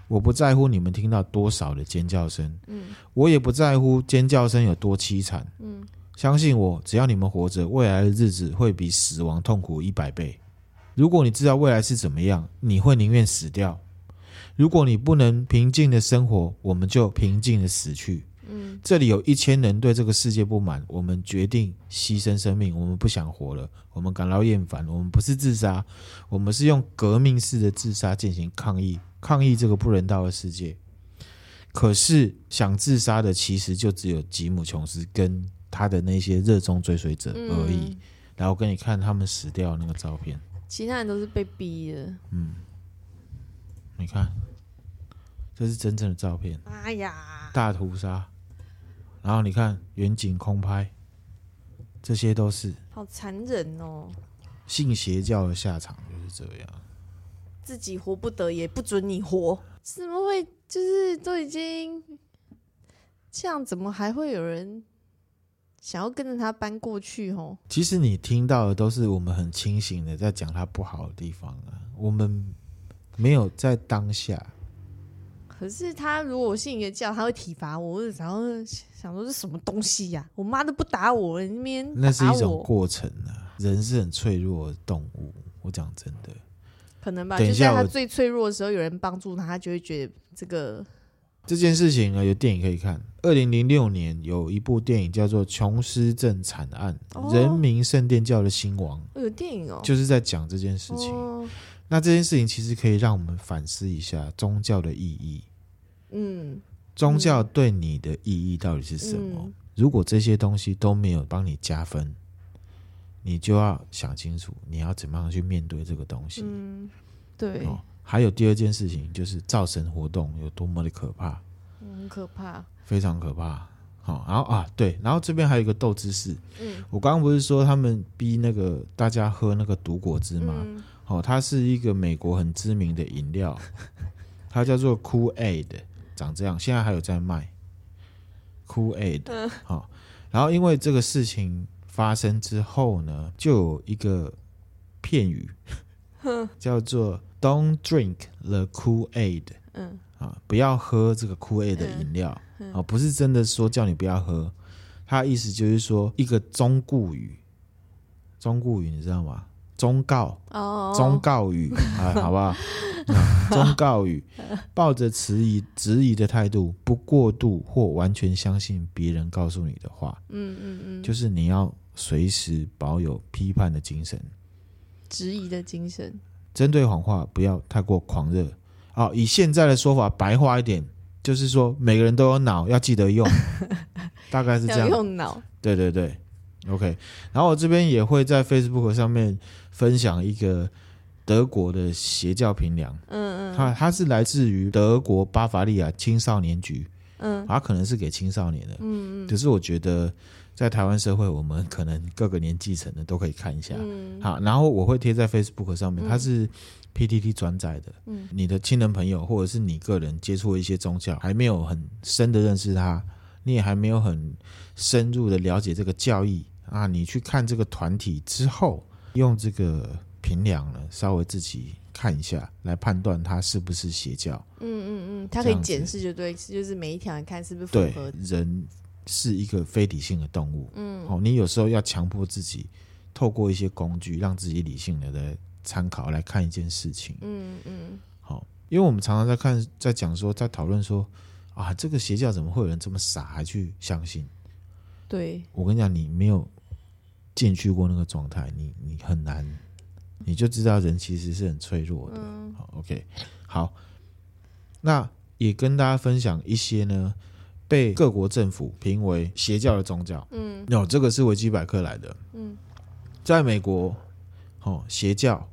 Speaker 1: 我不在乎你们听到多少的尖叫声，
Speaker 2: 嗯
Speaker 1: 我也不在乎尖叫声有多凄惨。
Speaker 2: 嗯，
Speaker 1: 相信我，只要你们活着，未来的日子会比死亡痛苦一百倍。如果你知道未来是怎么样，你会宁愿死掉。如果你不能平静的生活，我们就平静的死去。
Speaker 2: 嗯，
Speaker 1: 这里有一千人对这个世界不满，我们决定牺牲生命，我们不想活了，我们感到厌烦，我们不是自杀，我们是用革命式的自杀进行抗议，抗议这个不人道的世界。可是想自杀的其实就只有吉姆·琼斯跟他的那些热衷追随者而已。
Speaker 2: 嗯
Speaker 1: 然后给你看他们死掉的那个照片，
Speaker 2: 其他人都是被逼的，
Speaker 1: 你看，这是真正的照片，
Speaker 2: 哎呀，
Speaker 1: 大屠杀。然后你看远景空拍，这些都是
Speaker 2: 好残忍哦，
Speaker 1: 信邪教的下场就是这样。
Speaker 2: 自己活不得，也不准你活，怎么会？就是都已经这样，怎么还会有人想要跟着他搬过去？哦，
Speaker 1: 其实你听到的都是我们很清醒的在讲他不好的地方啊，我们没有在当下。
Speaker 2: 可是他如果我信一个教，他会体罚我，然后想说这什么东西呀、我妈都不打我，你那边
Speaker 1: 那是
Speaker 2: 打
Speaker 1: 一种
Speaker 2: 我，
Speaker 1: 过程啊，人是很脆弱的动物。我讲真的，
Speaker 2: 可能吧？
Speaker 1: 等一
Speaker 2: 就在
Speaker 1: 下
Speaker 2: 他
Speaker 1: 我
Speaker 2: 最脆弱的时候，有人帮助他，他就会觉得这个
Speaker 1: 这件事情呢，有电影可以看。二零零六年有一部电影叫做《琼斯镇惨案：
Speaker 2: 哦
Speaker 1: 人民圣殿教的兴亡
Speaker 2: 哦有电影哦》，，
Speaker 1: 就是在讲这件事情。
Speaker 2: 哦
Speaker 1: 那这件事情其实可以让我们反思一下宗教的意义，
Speaker 2: 嗯，
Speaker 1: 宗教对你的意义到底是什么？
Speaker 2: 嗯
Speaker 1: 如果这些东西都没有帮你加分，你就要想清楚你要怎么样去面对这个东西。
Speaker 2: 嗯，对，
Speaker 1: 哦，还有第二件事情就是造神活动有多么的可怕，
Speaker 2: 很可怕。
Speaker 1: 非常可怕。好、然后啊，对，然后这边还有一个斗知识，
Speaker 2: 嗯
Speaker 1: 我刚刚不是说他们逼那个大家喝那个毒果汁吗？
Speaker 2: 嗯
Speaker 1: 哦，它是一个美国很知名的饮 料，它叫做 Cool Aid，长这样，现在还有在卖 Cool Aid、好、
Speaker 2: 嗯
Speaker 1: 然后因为这个事情发生之后呢，就有一个片语， 叫做 "Don't drink the Cool Aid"，
Speaker 2: 嗯
Speaker 1: 啊，不要喝这个 Cool Aid 的饮料、啊，不是真的说叫你不要喝，它的意思就是说一个中固语，中固语你知道吗？忠告、
Speaker 2: 哦，
Speaker 1: 忠告语， 哎，好不好？忠告语，抱着迟疑、质疑的态度，不过度或完全相信别人告诉你的话，
Speaker 2: 嗯嗯嗯，
Speaker 1: 就是你要随时保有批判的精神，
Speaker 2: 质疑的精神，
Speaker 1: 针对谎话不要太过狂热。好、以现在的说法白话一点，就是说每个人都有脑，要记得 用，大概是这
Speaker 2: 要
Speaker 1: 样。
Speaker 2: 用脑，
Speaker 1: 对对对，OK。然后我这边也会在 Facebook 上面分享一个德国的邪教评量，
Speaker 2: 嗯嗯
Speaker 1: 它它是来自于德国巴伐利亚青少年局，
Speaker 2: 嗯
Speaker 1: 它可能是给青少年的，
Speaker 2: 嗯
Speaker 1: 可是我觉得在台湾社会，我们可能各个年纪层的都可以看一下。
Speaker 2: 嗯
Speaker 1: 好，然后我会贴在 Facebook 上面，
Speaker 2: 嗯
Speaker 1: 它是 PTT 转载的。
Speaker 2: 嗯
Speaker 1: 你的亲人朋友或者是你个人接触一些宗教，还没有很深的认识它，你也还没有很深入的了解这个教义啊，你去看这个团体之后，用这个评量呢，稍微自己看一下，来判断它是不是邪教。
Speaker 2: 嗯嗯嗯，它
Speaker 1: 这
Speaker 2: 可以
Speaker 1: 样子
Speaker 2: 检视就对，就是每一条你看是不是符
Speaker 1: 对
Speaker 2: 合，，
Speaker 1: 人是一个非理性的动物，
Speaker 2: 嗯
Speaker 1: 哦，你有时候要强迫自己透过一些工具，让自己理性的来参考来看一件事情。
Speaker 2: 嗯嗯
Speaker 1: 好、因为我们常常在看，在讲说，在讨论说，啊，这个邪教怎么会有人这么傻还去相信？
Speaker 2: 对，
Speaker 1: 我跟你讲，你没有进去过那个状态，你你很难，你就知道人其实是很脆弱的。
Speaker 2: 嗯
Speaker 1: 好，OK，好，那也跟大家分享一些呢，被各国政府评为邪教的宗教。
Speaker 2: 嗯
Speaker 1: 那、这个是维基百科来的。
Speaker 2: 嗯
Speaker 1: 在美国，哦，邪教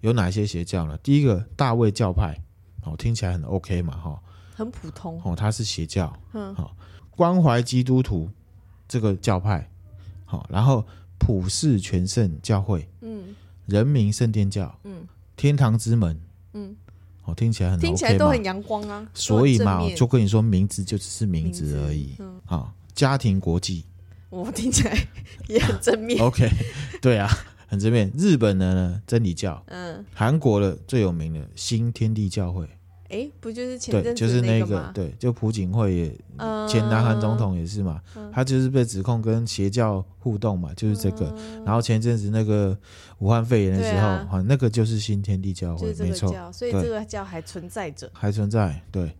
Speaker 1: 有哪些邪教呢？第一个大卫教派，哦，听起来很 OK 嘛，哈、
Speaker 2: 很普通，
Speaker 1: 哦，它是邪教，
Speaker 2: 嗯
Speaker 1: 好、关怀基督徒这个教派，好、然后普世全圣教会、
Speaker 2: 嗯
Speaker 1: 人民圣殿教、
Speaker 2: 嗯
Speaker 1: 天堂之门，
Speaker 2: 嗯，
Speaker 1: 哦，听起来很 OK
Speaker 2: 听起来都
Speaker 1: 嘛
Speaker 2: 很阳光啊，
Speaker 1: 所以嘛，
Speaker 2: 都很正
Speaker 1: 我
Speaker 2: 面
Speaker 1: 就跟你说，名字就只是名
Speaker 2: 名
Speaker 1: 字而已，
Speaker 2: 嗯，
Speaker 1: 啊、家庭国际
Speaker 2: 我听起来也很正面，
Speaker 1: ，OK，对 啊，很正面。日本的呢，真理教。
Speaker 2: 嗯，
Speaker 1: 韩国的最有名的新天地教会，
Speaker 2: 哎，不就是前
Speaker 1: 对，
Speaker 2: 阵
Speaker 1: 就
Speaker 2: 子
Speaker 1: 是那
Speaker 2: 个吗？
Speaker 1: 对，就朴槿惠也，
Speaker 2: 嗯
Speaker 1: 前南韩总统也是嘛，他就是被指控跟邪教互动嘛，就是这个。然后前阵子那个武汉肺炎的时候，
Speaker 2: 嗯对啊
Speaker 1: 啊，那个就是新天地教
Speaker 2: 就
Speaker 1: 会
Speaker 2: 是，这
Speaker 1: 没
Speaker 2: 个
Speaker 1: 错，
Speaker 2: 教，所以
Speaker 1: 对
Speaker 2: 这个教还存在着，
Speaker 1: 还存在，对。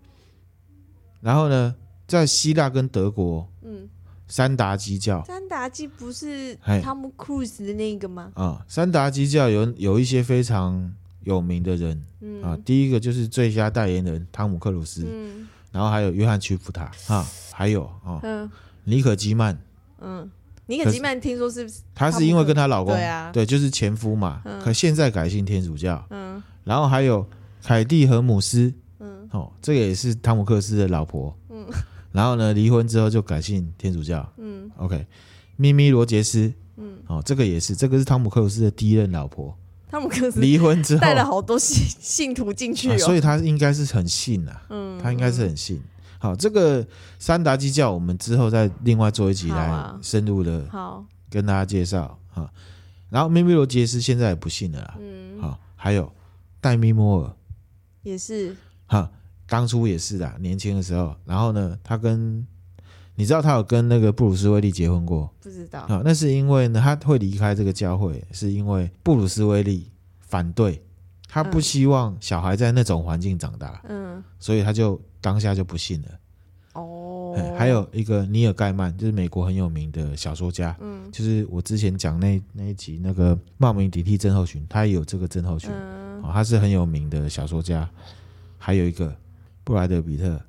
Speaker 1: 然后呢，在希腊跟德国，
Speaker 2: 嗯。
Speaker 1: 三达基教
Speaker 2: 三达基不是
Speaker 1: 嘿
Speaker 2: 汤姆·克鲁斯的那个吗？
Speaker 1: 啊、三达基教有有一些非常有名的人
Speaker 2: 嗯
Speaker 1: 啊，第一个就是最佳代言人汤姆克鲁斯，
Speaker 2: 嗯
Speaker 1: 然后还有约翰·屈普塔啊，还有啊，
Speaker 2: 嗯
Speaker 1: 尼可基曼，
Speaker 2: 嗯，尼可
Speaker 1: 可
Speaker 2: 基
Speaker 1: 是
Speaker 2: 曼听说是不是？
Speaker 1: 她是因为跟她老公
Speaker 2: 对啊
Speaker 1: 就是前夫嘛，
Speaker 2: 嗯
Speaker 1: 可现在改信天主教，
Speaker 2: 嗯
Speaker 1: 然后还有凯蒂·和姆斯，
Speaker 2: 嗯
Speaker 1: 哦，这个也是汤姆克斯的老婆，
Speaker 2: 嗯，
Speaker 1: 然后呢，离婚之后就改信天主教
Speaker 2: 嗯
Speaker 1: ，OK，咪咪·罗杰斯，
Speaker 2: 嗯，
Speaker 1: 哦，这个也是，这个是汤姆克鲁斯的第一任老婆，
Speaker 2: 汤姆·克鲁斯
Speaker 1: 离婚之后
Speaker 2: 带了好多信信徒进去
Speaker 1: 啊
Speaker 2: 哦，
Speaker 1: 所以他应该是很信啊，
Speaker 2: 嗯，
Speaker 1: 他应该是很信。好，这个三达基教，我们之后再另外做一集
Speaker 2: 好
Speaker 1: 来
Speaker 2: 啊
Speaker 1: 深入的
Speaker 2: 嗯好，
Speaker 1: 跟大家介绍啊。然后咪咪罗杰斯现在也不信了啦，
Speaker 2: 嗯，
Speaker 1: 好，还有戴咪摩尔，
Speaker 2: 也是
Speaker 1: 哈，当初也是的，年轻的时候，然后呢，他跟你知道他有跟那个布鲁斯威利结婚过
Speaker 2: 不知道，
Speaker 1: 啊，那是因为呢，他会离开这个教会，是因为布鲁斯威利反对，他不
Speaker 2: 嗯
Speaker 1: 希望小孩在那种环境长大，
Speaker 2: 嗯
Speaker 1: 所以他就当下就不信了。
Speaker 2: 哦
Speaker 1: 哎，还有一个尼尔盖曼，就是美国很有名的小说家，
Speaker 2: 嗯
Speaker 1: 就是我之前讲那那一集那个冒名顶替症候群，他也有这个症候群、
Speaker 2: 嗯
Speaker 1: 哦，他是很有名的小说家。还有一个布莱德比特，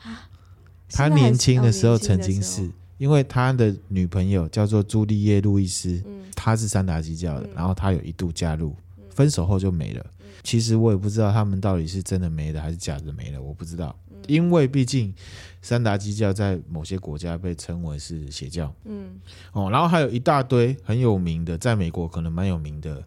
Speaker 1: 他哦年轻的时候曾经，
Speaker 2: 现在还
Speaker 1: 是因为他的女朋友叫做朱丽叶·路易斯，
Speaker 2: 哦年轻的时候
Speaker 1: 她是三达基教的，
Speaker 2: 嗯
Speaker 1: 然后他有一度加入，分手后就没了。其实我也不知道他们到底是真的没了还是假的没了，我不知道，
Speaker 2: 嗯
Speaker 1: 因为毕竟三达基教在某些国家被称为是邪教。
Speaker 2: 嗯
Speaker 1: 哦，然后还有一大堆很有名的，在美国可能蛮有名的，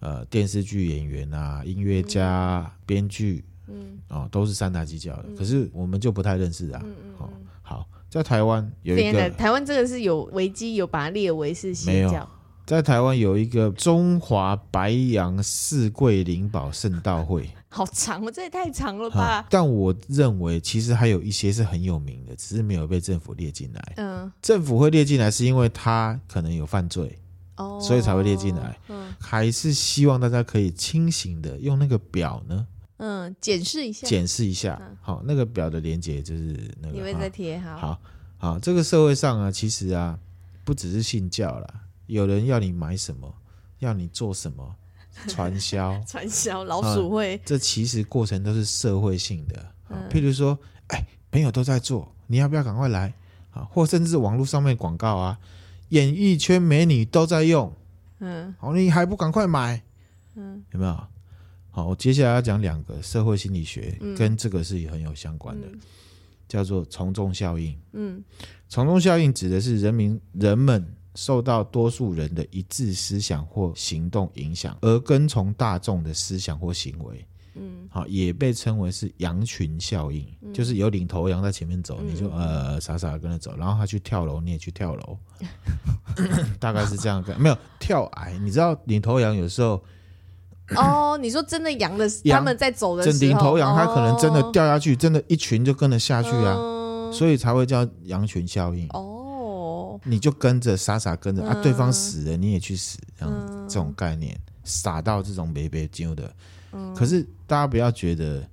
Speaker 1: 呃，电视剧演员啊、音乐家啊、编剧
Speaker 2: 嗯嗯
Speaker 1: 哦，都是三大基教的。
Speaker 2: 嗯
Speaker 1: 可是我们就不太认识啊。
Speaker 2: 嗯嗯
Speaker 1: 哦
Speaker 2: 嗯，
Speaker 1: 好，在台湾有一
Speaker 2: 天哪，
Speaker 1: 个，
Speaker 2: 台湾这个是有危机，有把它列为是
Speaker 1: 没
Speaker 2: 邪
Speaker 1: 有
Speaker 2: 教，
Speaker 1: 在台湾有一个中华白杨四桂灵宝圣道会
Speaker 2: 好长哦，这也太长了
Speaker 1: 哈
Speaker 2: 吧，，
Speaker 1: 但我认为其实还有一些是很有名的，只是没有被政府列进来。
Speaker 2: 嗯
Speaker 1: 政府会列进来是因为他可能有犯罪，
Speaker 2: 哦，
Speaker 1: 所以才会列进来。
Speaker 2: 嗯
Speaker 1: 还是希望大家可以清醒的用那个表呢
Speaker 2: 嗯，检视一下，
Speaker 1: 检视一下
Speaker 2: 嗯。
Speaker 1: 好，那个表的连接就是那
Speaker 2: 你
Speaker 1: 个
Speaker 2: 会
Speaker 1: 哈
Speaker 2: 再贴好。，
Speaker 1: 好好，这个社会上啊，其实啊，不只是信教啦，有人要你买什么，要你做什么，传销
Speaker 2: 传销老鼠会，
Speaker 1: 这其实过程都是社会性的。啊
Speaker 2: 嗯
Speaker 1: 譬如说，哎，朋友都在做，你要不要赶快来？啊，或甚至网络上面广告啊，演艺圈美女都在用，
Speaker 2: 嗯
Speaker 1: 哦，你还不赶快买？
Speaker 2: 嗯
Speaker 1: 有没有？好，我接下来要讲两个社会心理学
Speaker 2: 嗯
Speaker 1: 跟这个是很有相关的，
Speaker 2: 嗯
Speaker 1: 叫做从众效应。
Speaker 2: 嗯
Speaker 1: 从众效应指的是人民人们受到多数人的一致思想或行动影响，而跟从大众的思想或行为。
Speaker 2: 嗯
Speaker 1: 好，也被称为是羊群效应，
Speaker 2: 嗯
Speaker 1: 就是有领头羊在前面走，
Speaker 2: 嗯
Speaker 1: 你就
Speaker 2: 嗯
Speaker 1: 呃傻傻的跟着走，然后他去跳楼，你也去跳楼，大概是这样的概。 没有跳崖，你知道领头羊有时候
Speaker 2: 哦，你说真的羊的，
Speaker 1: 羊
Speaker 2: 他们在走的时
Speaker 1: 真
Speaker 2: 候，哦
Speaker 1: 领头羊，它可能真的掉下去，真的一群就跟着下
Speaker 2: 下
Speaker 1: 去啊，所以才会叫羊群效应。
Speaker 2: 嗯哦，
Speaker 1: 你就跟着傻傻跟着、啊，
Speaker 2: 嗯
Speaker 1: 对方死了你也去死，这样、
Speaker 2: 嗯
Speaker 1: 这种概念，傻到这种没被丢的。
Speaker 2: 嗯
Speaker 1: 可是大家不要觉得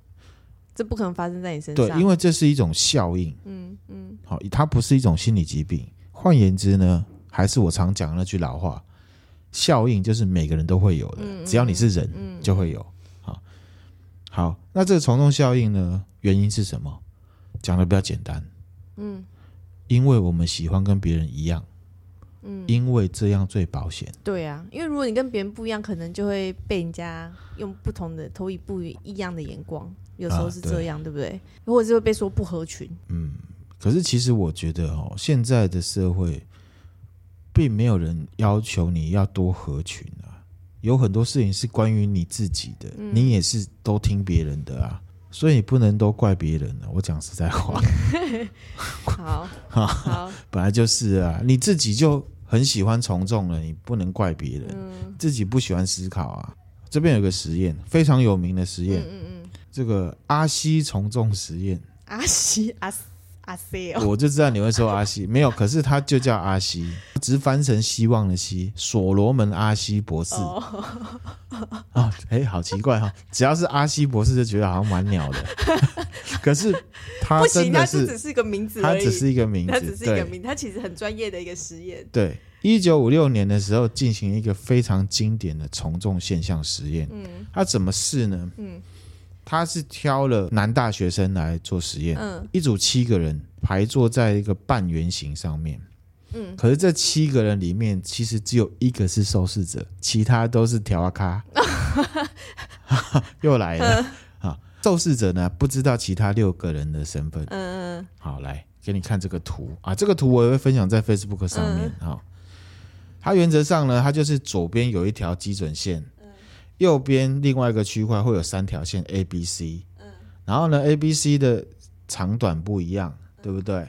Speaker 2: 这不可能发生在你身
Speaker 1: 对，
Speaker 2: 上，
Speaker 1: 因
Speaker 2: 为
Speaker 1: 为这是一种效应，
Speaker 2: 嗯嗯
Speaker 1: 好、它不是一种心理疾病。换言之呢，还是我常讲的那句老话，效应就是每个人都会有的，
Speaker 2: 嗯嗯
Speaker 1: 只要你是人
Speaker 2: 嗯，
Speaker 1: 就会有。好，好，那这个从众效应呢，原因是什么？讲的比较简单，
Speaker 2: 嗯
Speaker 1: 因为我们喜欢跟别人一样，
Speaker 2: 嗯，
Speaker 1: 因为这样最保险。
Speaker 2: 对啊，因为如果你跟别人不一样，可能就会被人家用不同的投以不一样的眼光，有时候
Speaker 1: 啊
Speaker 2: 是
Speaker 1: 对
Speaker 2: 这样，对不对？或者是会被说不合群，
Speaker 1: 可是其实我觉得哦，现在的社会并没有人要求你要多合群啊，有很多事情是关于你自己的，
Speaker 2: 嗯
Speaker 1: 你也是都听别人的啊，所以你不能都怪别人啊。我讲实在 话，
Speaker 2: 好好，
Speaker 1: 本来就是啊，你自己就很喜欢从众了，你不能怪别人，
Speaker 2: 嗯
Speaker 1: 自己不喜欢思考啊。这边有个实验，非常有名的实
Speaker 2: 嗯
Speaker 1: 验，
Speaker 2: 嗯嗯，
Speaker 1: 这个阿西从众实验，
Speaker 2: 阿西阿斯阿西哦，
Speaker 1: 我就知道你会说阿西，没有，可是他就叫阿西，直翻成希望的希，所罗门阿西博士啊，
Speaker 2: 哦
Speaker 1: 哎、好奇怪哈、只要是阿西博士就觉得好像蛮鸟的， 可是他
Speaker 2: 不
Speaker 1: 真
Speaker 2: 行，
Speaker 1: 的
Speaker 2: 他就是只是一个名字
Speaker 1: 他
Speaker 2: 而已，
Speaker 1: 只是一个 名
Speaker 2: 他只
Speaker 1: 字，
Speaker 2: 是一个
Speaker 1: 对
Speaker 2: 名，他其实很专业的一个实验。
Speaker 1: 对。一九五六年的时候，进行一个非常经典的从众现象实验。
Speaker 2: 嗯
Speaker 1: 他怎么试呢？
Speaker 2: 嗯
Speaker 1: 他是挑了男大学生来做实验，
Speaker 2: 嗯
Speaker 1: 一组七个人排坐在一个半圆形上面。
Speaker 2: 嗯，
Speaker 1: 可是这七个人里面，其实只有一个是受试者，其他都是调啊 咖。 又来了
Speaker 2: 嗯
Speaker 1: 啊！受试者呢，不知道其他六个人的身份。
Speaker 2: 嗯嗯
Speaker 1: 好，来给你看这个图啊，这个图我也会分享在 Facebook 上面啊、好它原则上呢，它就是左边有一条基准线，右边另外一个区块会有三条线 A、B、C，然后呢 A、B、C 的长短不一样，对不对？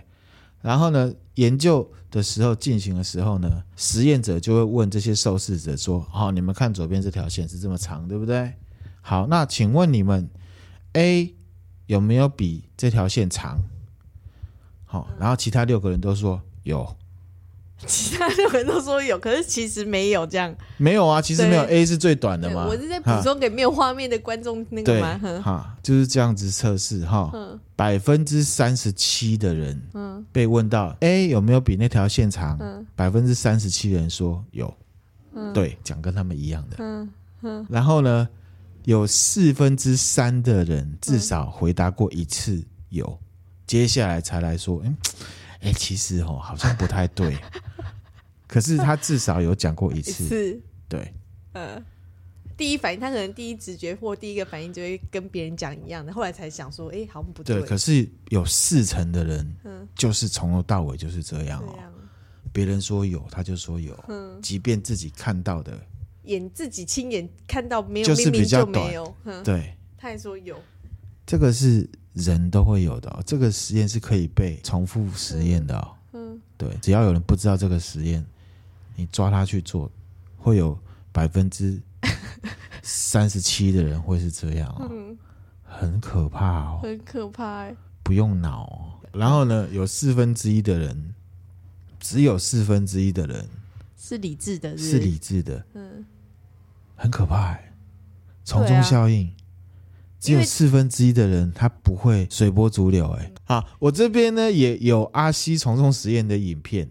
Speaker 1: 然后呢，研究的时候进行的时候呢，实验者就会问这些受试者说：“好、你们看左边这条线是这么长，对不对？好，那请问你们 A 有没有比这条线长？”好、
Speaker 2: 嗯
Speaker 1: 然后其他六个人都说有，
Speaker 2: 其他六个人都说有，可是其实没有这样。
Speaker 1: 没有啊，其实没有
Speaker 2: 对
Speaker 1: A 是最短的
Speaker 2: 对
Speaker 1: 嘛。
Speaker 2: 我是在补
Speaker 1: 哈
Speaker 2: 充给没有画面的观众那个
Speaker 1: 对
Speaker 2: 吗？哼
Speaker 1: 哈，就是这样子测试哈。
Speaker 2: 嗯
Speaker 1: 百分之三十七的人
Speaker 2: 嗯
Speaker 1: 被问到 A 有没有比那条线长，
Speaker 2: 嗯
Speaker 1: 百分之三十七的人说有，
Speaker 2: 嗯
Speaker 1: 对，讲跟他们一样的。
Speaker 2: 嗯
Speaker 1: 然后呢，有四分之三的
Speaker 2: 嗯
Speaker 1: 人至少回答过一次有，接下来才来说，嗯，哎、其实哦，好像不太对， 可是他至少有讲过一
Speaker 2: 一
Speaker 1: 次，
Speaker 2: 次
Speaker 1: 对
Speaker 2: 呃，第一反应他可能第一直觉或第一个反应就会跟别人讲一样的，后来才想说，哎，好像不
Speaker 1: 对，可是有四成的人
Speaker 2: 嗯
Speaker 1: 就是从头到尾就是这样
Speaker 2: 这
Speaker 1: 哦，
Speaker 2: 样，
Speaker 1: 别人说有，他就说有，
Speaker 2: 嗯，
Speaker 1: 即便自己看到的，
Speaker 2: 眼自己亲眼看到没有，
Speaker 1: 就是
Speaker 2: 明明
Speaker 1: 比较
Speaker 2: 就没有，哼，
Speaker 1: 对。
Speaker 2: 他还说有，
Speaker 1: 这个是人都会有的、哦，这个实验是可以被重复实验的、哦。
Speaker 2: 嗯
Speaker 1: 对，只要有人不知道这个实验，你抓他去做，会有百分之三十七的人会是这样、哦，
Speaker 2: 嗯，
Speaker 1: 很可怕哦，
Speaker 2: 很可怕欸，
Speaker 1: 不用脑哦。然后呢，有四分之一的人，只有四分之一的人
Speaker 2: 是理智的
Speaker 1: 是
Speaker 2: 不
Speaker 1: 理智的，
Speaker 2: 嗯，
Speaker 1: 很可怕、欸。从
Speaker 2: 对啊
Speaker 1: 众效应，只
Speaker 2: 因
Speaker 1: 有
Speaker 2: 为
Speaker 1: 四分之一的人他不会随波逐流、欸。好，我这边呢也有阿西从众实验的影片，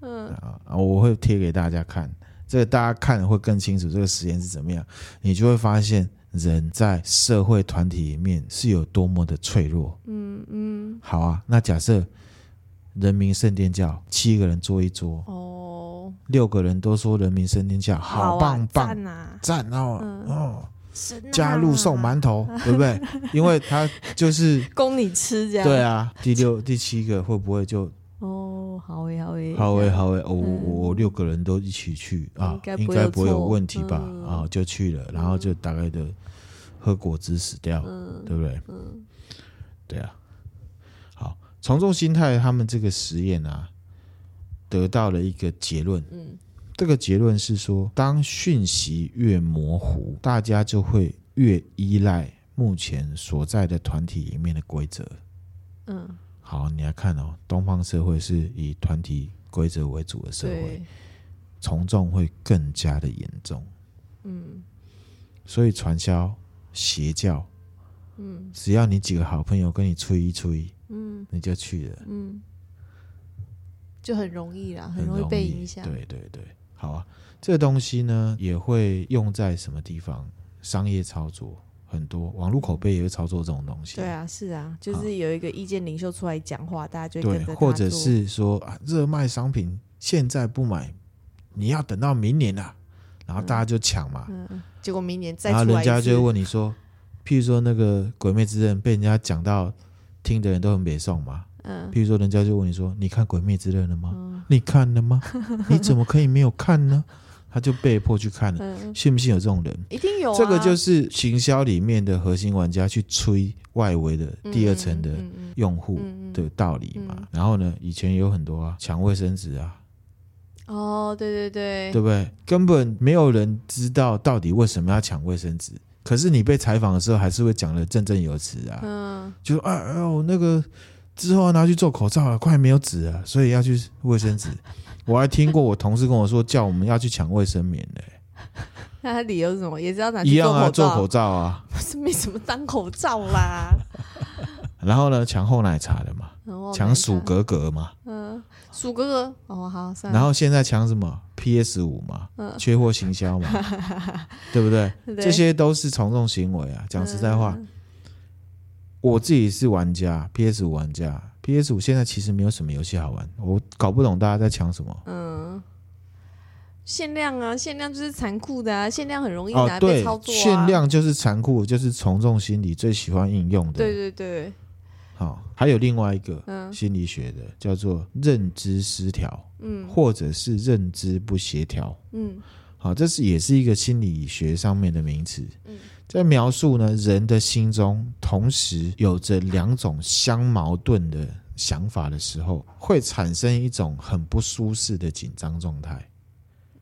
Speaker 1: 嗯啊，我会贴给大家看，这个大家看会更清楚这个实验是怎么样，你就会发现人在社会团体里面是有多么的脆弱。嗯嗯，好啊，那假设人民圣殿教七个人坐一桌，
Speaker 2: 哦，
Speaker 1: 六个人都说人民圣殿教好
Speaker 2: 啊
Speaker 1: 棒棒，
Speaker 2: 赞啊，
Speaker 1: 赞哦、
Speaker 2: 嗯
Speaker 1: 哦，
Speaker 2: 神啊
Speaker 1: 加入送馒头，对不 对？因为他就是
Speaker 2: 供你吃这样，
Speaker 1: 对啊，第六、第七个会不会就
Speaker 2: 哦，好诶，好诶，
Speaker 1: 好诶好诶，我我我六个人都一起去啊
Speaker 2: 嗯应该，不
Speaker 1: 应
Speaker 2: 会
Speaker 1: 该
Speaker 2: 有
Speaker 1: 不会有
Speaker 2: 错
Speaker 1: 问题吧？
Speaker 2: 嗯
Speaker 1: 啊，就去了，然后就大概的喝果汁死掉，
Speaker 2: 嗯
Speaker 1: 对不对？对啊。好，从众心态他们这个实验啊，得到了一个结论，
Speaker 2: 嗯
Speaker 1: 这个结论是说，当讯息越模糊，大家就会越依赖目前所在的团体里面的规则。
Speaker 2: 嗯，
Speaker 1: 好，你来看哦，东方社会是以团体规则为主的社会，
Speaker 2: 对，
Speaker 1: 从众会更加的严重。
Speaker 2: 嗯
Speaker 1: 所以传销、邪教，
Speaker 2: 嗯
Speaker 1: 只要你几个好朋友跟你吹一吹，
Speaker 2: 嗯
Speaker 1: 你就去了，
Speaker 2: 嗯，就很容易啦，
Speaker 1: 很
Speaker 2: 很容易被影响，
Speaker 1: 对对对，好啊，这个东西呢也会用在什么地方？商业操作很多，网络口碑也会操作这种东西。
Speaker 2: 对啊，是啊，就
Speaker 1: 好
Speaker 2: 是有一个意见领袖出来讲话，大家就
Speaker 1: 对
Speaker 2: 会跟着，他
Speaker 1: 或者
Speaker 2: 做
Speaker 1: 是说啊，热卖商品现在不买，你要等到明年啊，然后大家就抢嘛，
Speaker 2: 嗯，结果明年再
Speaker 1: 然后
Speaker 2: 出
Speaker 1: 人
Speaker 2: 来一
Speaker 1: 家就会
Speaker 2: 次
Speaker 1: 问你说，譬如说那个《鬼灭之刃》被人家讲到，听的人都很北宋嘛。
Speaker 2: 嗯
Speaker 1: 譬如说，人家就问你说：“你看《鬼灭之刃》了吗？你看了吗？你怎么可以没有看呢？”他就被迫去看了。
Speaker 2: 嗯，
Speaker 1: 信不信有这种人？
Speaker 2: 一定有啊，
Speaker 1: 这个就是是行销里面的核心玩家去吹外围的第二层的
Speaker 2: 嗯嗯
Speaker 1: 用户
Speaker 2: 嗯嗯
Speaker 1: 的道理嘛。
Speaker 2: 嗯
Speaker 1: 然后呢，以前也有很多啊，抢卫生纸啊，
Speaker 2: 嗯哦，对对对，
Speaker 1: 对不对？根本没有人知道到底为什么要抢卫生纸。可是你被采访的时候，还是会讲的振振有词啊，
Speaker 2: 嗯，
Speaker 1: 就说啊哎呦那个之后要拿去做口罩了，啊快没有纸了，所以要去卫生纸。啊我还听过我同事跟我说，叫我们要去抢卫生棉的、
Speaker 2: 那他理由是什么？也是要拿
Speaker 1: 一
Speaker 2: 去
Speaker 1: 样啊，
Speaker 2: 做
Speaker 1: 做
Speaker 2: 口
Speaker 1: 口
Speaker 2: 罩，
Speaker 1: 罩啊。
Speaker 2: 不是没什么当口罩啦，
Speaker 1: 然后呢，抢厚奶茶的嘛，
Speaker 2: 然后
Speaker 1: 抢鼠，格格嘛，
Speaker 2: 嗯，鼠哥哥，哦好，算了，
Speaker 1: 然后现在抢什么 PS 五嘛，
Speaker 2: 嗯
Speaker 1: 缺货行销 嘛，对不对？
Speaker 2: 对嗯
Speaker 1: 这些都是从众行为啊。讲实在话，我自己是玩家，PS 五玩家，PS 五现在其实没有什么游戏好玩，我搞不懂大家在抢什么。
Speaker 2: 嗯。限量啊，限量就是残酷的啊，限量很容易
Speaker 1: 哦
Speaker 2: 拿，被
Speaker 1: 对
Speaker 2: 操，作啊。
Speaker 1: 限，量就是残酷，就是从众心理最喜欢应用的。
Speaker 2: 对对对，
Speaker 1: 好、还有另外一个
Speaker 2: 嗯
Speaker 1: 心理学的叫做认知失调，
Speaker 2: 嗯
Speaker 1: 或者是认知不协调。
Speaker 2: 嗯
Speaker 1: 好，这是也是一个心理学上面的名词，
Speaker 2: 嗯
Speaker 1: 在描述呢人的心中同时有着两种相矛盾的想法的时候，会产生一种很不舒适的紧张状态。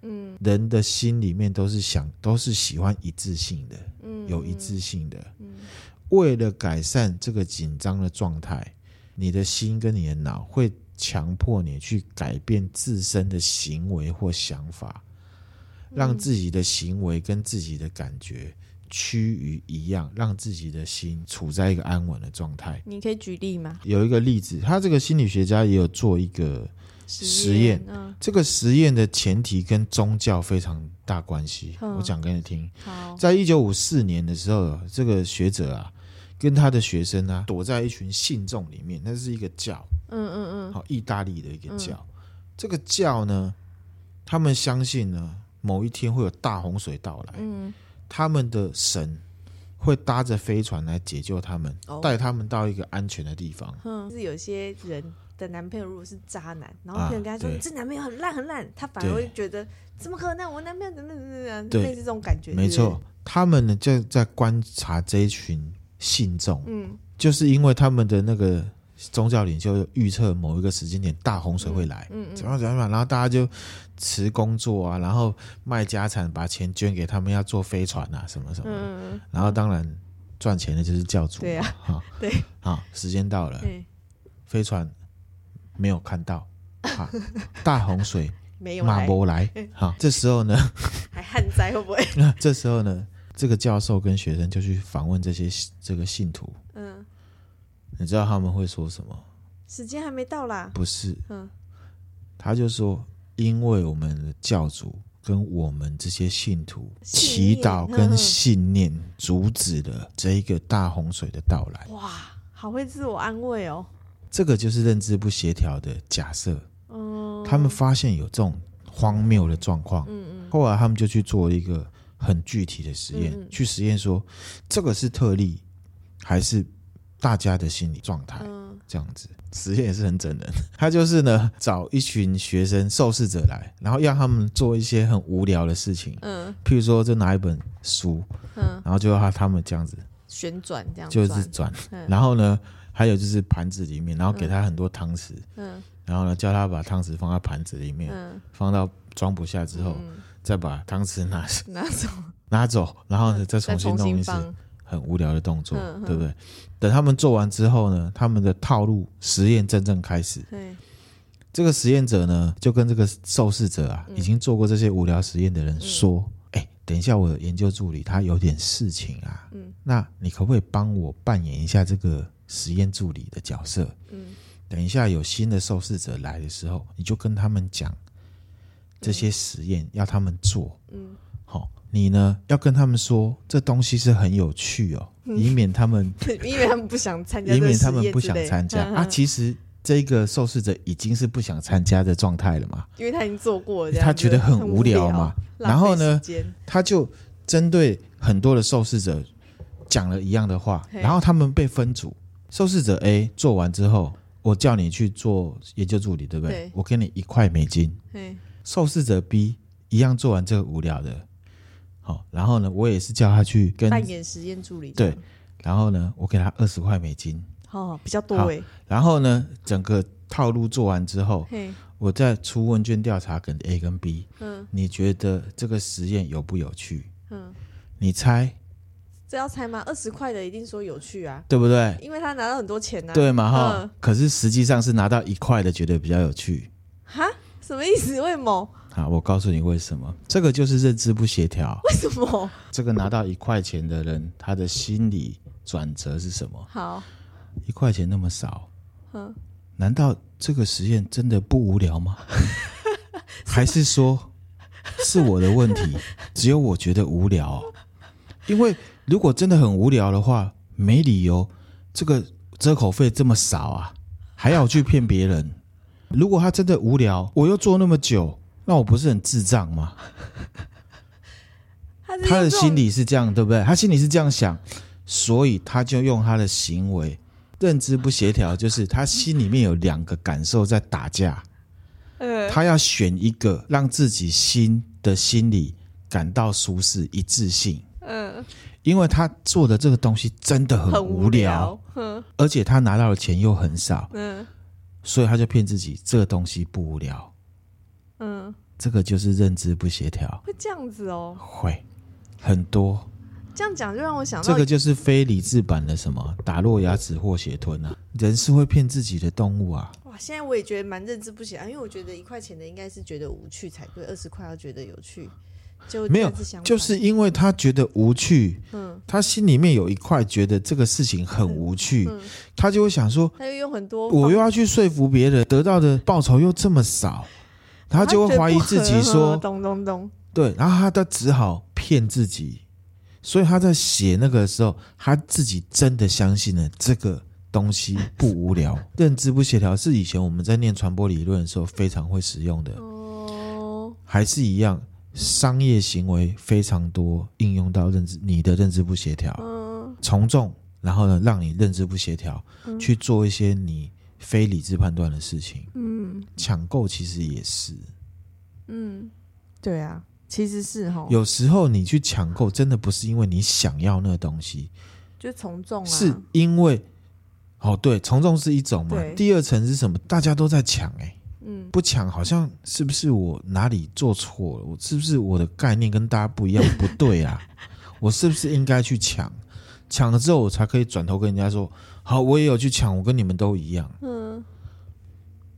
Speaker 2: 嗯，
Speaker 1: 人的心里面都是想，都是喜欢一致性的，
Speaker 2: 嗯，
Speaker 1: 有一致性的。
Speaker 2: 嗯，
Speaker 1: 为了改善这个紧张的状态，你的心跟你的脑会强迫你去改变自身的行为或想法，
Speaker 2: 嗯
Speaker 1: 让自己的行为跟自己的感觉趋于一样，让自己的心处在一个安稳的状态。
Speaker 2: 你可以举例吗？
Speaker 1: 有一个例子，他这个心理学家也有做一个实验
Speaker 2: 验，嗯，
Speaker 1: 这个实验的前提跟宗教非常大关系，
Speaker 2: 嗯
Speaker 1: 我讲给你听。
Speaker 2: 好，
Speaker 1: 在一九五四年的时候，这个学者啊，跟他的学生啊，躲在一群信众里面，那是一个教，
Speaker 2: 嗯嗯嗯，嗯
Speaker 1: 好，意大利的一个教。这个教呢，他们相信呢，某一天会有大洪水到来，
Speaker 2: 嗯，
Speaker 1: 他们的神会搭着飞船来解救他们，
Speaker 2: 哦
Speaker 1: 带他们到一个安全的地方。
Speaker 2: 哼，就是有些人的男朋友如果是渣男，然
Speaker 1: 啊
Speaker 2: 后别人跟他说、
Speaker 1: 对
Speaker 2: 你这男朋友很烂很烂，他反
Speaker 1: 对
Speaker 2: 而会觉得怎么可能？我男朋友怎么怎么怎么样，
Speaker 1: 对
Speaker 2: 类似这种感觉，
Speaker 1: 没
Speaker 2: 是不
Speaker 1: 错
Speaker 2: 是，，
Speaker 1: 他们呢就在观察这一群信众，
Speaker 2: 嗯
Speaker 1: 就是因为他们的那个宗教领袖预测某一个时间点大洪水会来，
Speaker 2: 嗯
Speaker 1: 怎
Speaker 2: 嗯
Speaker 1: 么样怎么样，然后大家就辞工作啊，然后卖家产，把钱捐给他们要坐飞船啊，什么什么的。
Speaker 2: 嗯，
Speaker 1: 然后当然赚钱的就是教主嘛，
Speaker 2: 对啊
Speaker 1: 哈，
Speaker 2: 对，
Speaker 1: 好，时间到了，
Speaker 2: 对，
Speaker 1: 飞船没有看到，啊，大洪水
Speaker 2: 没有
Speaker 1: 马
Speaker 2: 来，嗯
Speaker 1: 伯来。好，这时候呢，
Speaker 2: 还旱灾会不会？
Speaker 1: 这时候呢，这个教授跟学生就去访问这些这个信徒，
Speaker 2: 嗯，
Speaker 1: 你知道他们会说什么？
Speaker 2: 时间还没到啦。
Speaker 1: 不是，
Speaker 2: 嗯，
Speaker 1: 他就说，因为我们的教主跟我们这些信徒
Speaker 2: 信念
Speaker 1: 祈祷
Speaker 2: 嗯
Speaker 1: 跟
Speaker 2: 嗯
Speaker 1: 信念，阻止了这一个大洪水的到来。
Speaker 2: 哇，好会自我安慰哦。
Speaker 1: 这个就是认知不协调的假设。
Speaker 2: 嗯，
Speaker 1: 他们发现有这种荒谬的状况，后来他们就去做一个很具体的实验，
Speaker 2: 嗯嗯
Speaker 1: 去实验说这个是特例还是大家的心理状态。
Speaker 2: 嗯
Speaker 1: 这样子，实验也是很整人。 他就是呢，找一群学生受试者来，然后让他们做一些很无聊的事情，
Speaker 2: 嗯
Speaker 1: 譬如说就拿一本书，
Speaker 2: 嗯，
Speaker 1: 然后就让他们这样子
Speaker 2: 旋转这样
Speaker 1: 就是
Speaker 2: 转
Speaker 1: 转，
Speaker 2: 嗯
Speaker 1: 然后呢，还有就是盘子里面，然后给他很多汤匙，
Speaker 2: 嗯
Speaker 1: 然后呢叫他把汤匙放在盘子里面，
Speaker 2: 嗯
Speaker 1: 放到装不下之后，
Speaker 2: 嗯
Speaker 1: 再把汤匙拿
Speaker 2: 拿走，
Speaker 1: 拿走，然后呢再
Speaker 2: 嗯再
Speaker 1: 重新
Speaker 2: 重
Speaker 1: 弄
Speaker 2: 新
Speaker 1: 一次，
Speaker 2: 放。
Speaker 1: 很无聊的动作，
Speaker 2: 嗯嗯
Speaker 1: 对不对？等他们做完之后呢，他们的套路实验真正开始。
Speaker 2: 对，
Speaker 1: 这个实验者呢，就跟这个受试者啊，
Speaker 2: 嗯
Speaker 1: 已经做过这些无聊实验的人说：“哎、等一下，我的研究助理他有点事情啊，
Speaker 2: 嗯
Speaker 1: 那你可不可以帮我扮演一下这个实验助理的角色？
Speaker 2: 嗯
Speaker 1: 等一下有新的受试者来的时候，你就跟他们讲这些实验，要他们做。
Speaker 2: 嗯
Speaker 1: 好、你呢要跟他们说这东西是很有趣哦，
Speaker 2: 嗯
Speaker 1: 以免他们
Speaker 2: 因为他们不想参加，
Speaker 1: 以免他们不想参加啊。其实这个受试者已经是不想参加的状态了嘛，
Speaker 2: 因为他已经做过了这样
Speaker 1: 他觉得
Speaker 2: 很
Speaker 1: 很无聊嘛，然后呢
Speaker 2: 浪费时间
Speaker 1: 他就针对很多的受试者讲了一样的话，
Speaker 2: 嘿
Speaker 1: 然后他们被分组，受试者 A 做完之后，我叫你去做研究助理，对不对？
Speaker 2: 对
Speaker 1: 我给你一块美金，
Speaker 2: 嘿，
Speaker 1: 受试者 B 一样做完这个无聊的，好、然后呢，我也是叫他去跟，
Speaker 2: 扮演实验助理这
Speaker 1: 对
Speaker 2: 样，
Speaker 1: 然后呢，我给他二十块美金，
Speaker 2: 哦，比较多
Speaker 1: 好
Speaker 2: 哎，
Speaker 1: 然后呢，整个套路做完之后，
Speaker 2: 嘿，
Speaker 1: 我再出问卷调查给 A 跟 B，
Speaker 2: 嗯
Speaker 1: 你觉得这个实验有不有趣？
Speaker 2: 嗯，
Speaker 1: 你猜
Speaker 2: 这要猜吗？二十块的一定说有趣啊，
Speaker 1: 对不对？
Speaker 2: 因为他拿到很多钱呐，
Speaker 1: 对嘛哈、
Speaker 2: 嗯
Speaker 1: 可是实际上是拿到一块的，觉得比较有趣。
Speaker 2: 哈，什么意思？为什么？
Speaker 1: 好，我告诉你为什么，这个就是认知不协调。
Speaker 2: 为什么？
Speaker 1: 这个拿到一块钱的人，他的心理转折是什么？
Speaker 2: 好，
Speaker 1: 一块钱那么少，
Speaker 2: 嗯，
Speaker 1: 难道这个实验真的不无聊吗？还是说是我的问题，只有我觉得无聊哦、因为如果真的很无聊的话，没理由这个遮口费这么少啊，还要我去骗别人。如果他真的无聊，我又做那么久，那我不是很智障吗？
Speaker 2: 他是
Speaker 1: 他的
Speaker 2: 用这种
Speaker 1: 心里是这样，对不对？他心里是这样想，所以他就用他的行为认知不协调，就是他心里面有两个感受在打架，
Speaker 2: 呃，
Speaker 1: 他要选一个让自己心的心里感到舒适一致性，
Speaker 2: 嗯，
Speaker 1: 因为他做的这个东西真的很
Speaker 2: 很
Speaker 1: 无聊，，
Speaker 2: 嗯
Speaker 1: 而且他拿到的钱又很少，
Speaker 2: 嗯
Speaker 1: 所以他就骗自己这个东西不无聊，
Speaker 2: 嗯，
Speaker 1: 这个就是认知不协调，
Speaker 2: 会这样子哦，
Speaker 1: 会很多。
Speaker 2: 这样讲就让我想
Speaker 1: 这
Speaker 2: 到
Speaker 1: 个就是非理智版的什么打落牙齿或血吞啊，人是会骗自己的动物啊。
Speaker 2: 哇，现在我也觉得蛮认知不起来，啊因为我觉得一块钱的应该是觉得无趣才对，二十块要觉得有趣，就
Speaker 1: 没有
Speaker 2: 但是相，反
Speaker 1: 就是因为他觉得无趣，
Speaker 2: 嗯，
Speaker 1: 他心里面有一块觉得这个事情很无趣
Speaker 2: 嗯，
Speaker 1: 他就会想说，
Speaker 2: 他又用很多方，
Speaker 1: 我又要去说服别人，得到的报酬又这么少，他就会怀疑自己
Speaker 2: 啊
Speaker 1: 说，
Speaker 2: 懂懂懂，
Speaker 1: 对，然后他他只好骗自己。所以他在写那个的时候，他自己真的相信了这个东西不无聊， 认知不协调是以前我们在念传播理论的时候非常会使用的，
Speaker 2: 哦，
Speaker 1: 还是一样，商业行为非常多应用到认知你的认知不协调，
Speaker 2: 嗯
Speaker 1: 从众，然后呢让你认知不协调，去做一些你非理智判断的事情，
Speaker 2: 嗯
Speaker 1: 抢购其实也是。
Speaker 2: 嗯，对啊，其实是哈，
Speaker 1: 有时候你去抢购，真的不是因为你想要那个东西，
Speaker 2: 就从众啊，
Speaker 1: 是因为哦，对，从众是一种嘛
Speaker 2: 对。
Speaker 1: 第二层是什么？大家都在抢，哎，
Speaker 2: 嗯
Speaker 1: 不抢好像是不是我哪里做错了？我是不是我的概念跟大家不一样？不对 啊，我是不是应该去抢？抢了之后，我才可以转头跟人家说，好，我也有去抢，我跟你们都一样。
Speaker 2: 嗯，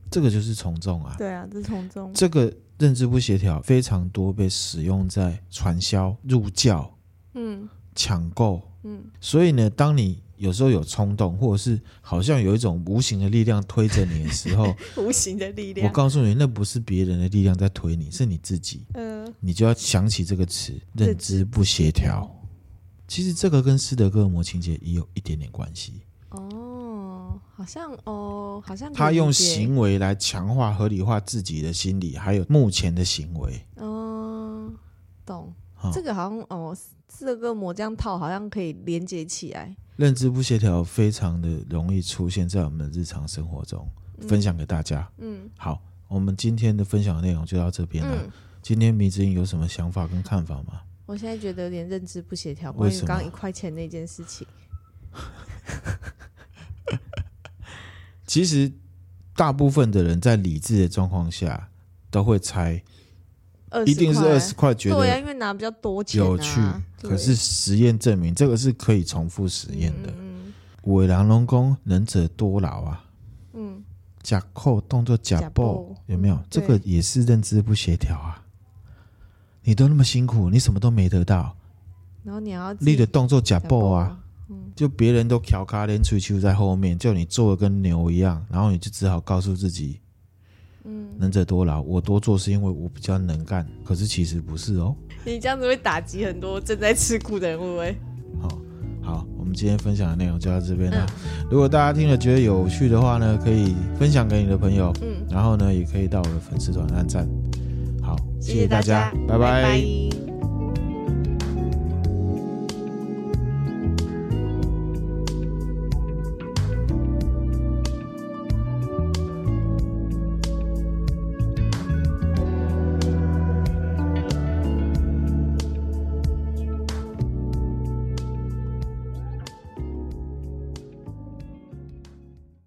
Speaker 1: 这个就是从众啊。
Speaker 2: 对啊，这是从众。
Speaker 1: 这个认知不协调非常多被使用在传销、入教、
Speaker 2: 嗯
Speaker 1: 抢购。
Speaker 2: 嗯，
Speaker 1: 所以呢，当你有时候有冲动，或者是好像有一种无形的力量推着你的时 候，
Speaker 2: 无形的力
Speaker 1: 我
Speaker 2: 量。
Speaker 1: 告诉你，那不是别人的力量在推你，是你自己，
Speaker 2: 嗯、
Speaker 1: 你就要想起这个词“认
Speaker 2: 认
Speaker 1: 知不协调”。其实这个跟斯德哥尔摩情节也有一点点关系，
Speaker 2: 哦，好像哦，好像可以
Speaker 1: 他用
Speaker 2: 理解
Speaker 1: 行为来强化、合理化自己的心理，还有目前的行为。
Speaker 2: 嗯，懂。
Speaker 1: 哈
Speaker 2: 这个好像哦，这个魔将套好像可以连接起来。
Speaker 1: 认知不协调非常的容易出现在我们的日常生活中，分享给大家。
Speaker 2: 嗯
Speaker 1: 好，我们今天的分享内容就到这边了。
Speaker 2: 嗯，
Speaker 1: 今天迷之音有什么想法跟看法吗？
Speaker 2: 我现在觉得有点认知不协调，
Speaker 1: 为
Speaker 2: 关于
Speaker 1: 什么
Speaker 2: 刚刚一块钱那件事情。
Speaker 1: 其实大部分的人在理智的状况下都会猜，
Speaker 2: 20
Speaker 1: 一定是
Speaker 2: 块
Speaker 1: 二十块觉
Speaker 2: 对呀、
Speaker 1: 得
Speaker 2: 因为拿比较多钱、啊，
Speaker 1: 有趣，
Speaker 2: 对
Speaker 1: 可是实验证明这个是可以重复实验的。
Speaker 2: 嗯
Speaker 1: 尾狼龙宫能者多劳啊，
Speaker 2: 嗯嗯，
Speaker 1: 假扣动作假
Speaker 2: 假
Speaker 1: 爆
Speaker 2: 爆
Speaker 1: 有没有
Speaker 2: 嗯？
Speaker 1: 这个也是认知不协调啊。你都那么辛苦，你什么都没得到，
Speaker 2: 然后你要自己
Speaker 1: 你的动作假
Speaker 2: 假
Speaker 1: 爆
Speaker 2: 报
Speaker 1: 啊。，就别人都调咖连吹球在后面，就你做的跟牛一样，然后你就只好告诉自己，
Speaker 2: 嗯，
Speaker 1: 能者多劳，我多做是因为我比较能干，可是其实不是哦。
Speaker 2: 你这样子会打击很多正在吃苦的人，会不会？
Speaker 1: 好、好，我们今天分享的内容就到这边了。
Speaker 2: 嗯
Speaker 1: 如果大家听了觉得有趣的话呢，可以分享给你的朋友，
Speaker 2: 嗯，
Speaker 1: 然后呢，也可以到我的粉丝团按赞。好，
Speaker 2: 谢
Speaker 1: 谢
Speaker 2: 大
Speaker 1: 大
Speaker 2: 家，
Speaker 1: 拜
Speaker 2: 拜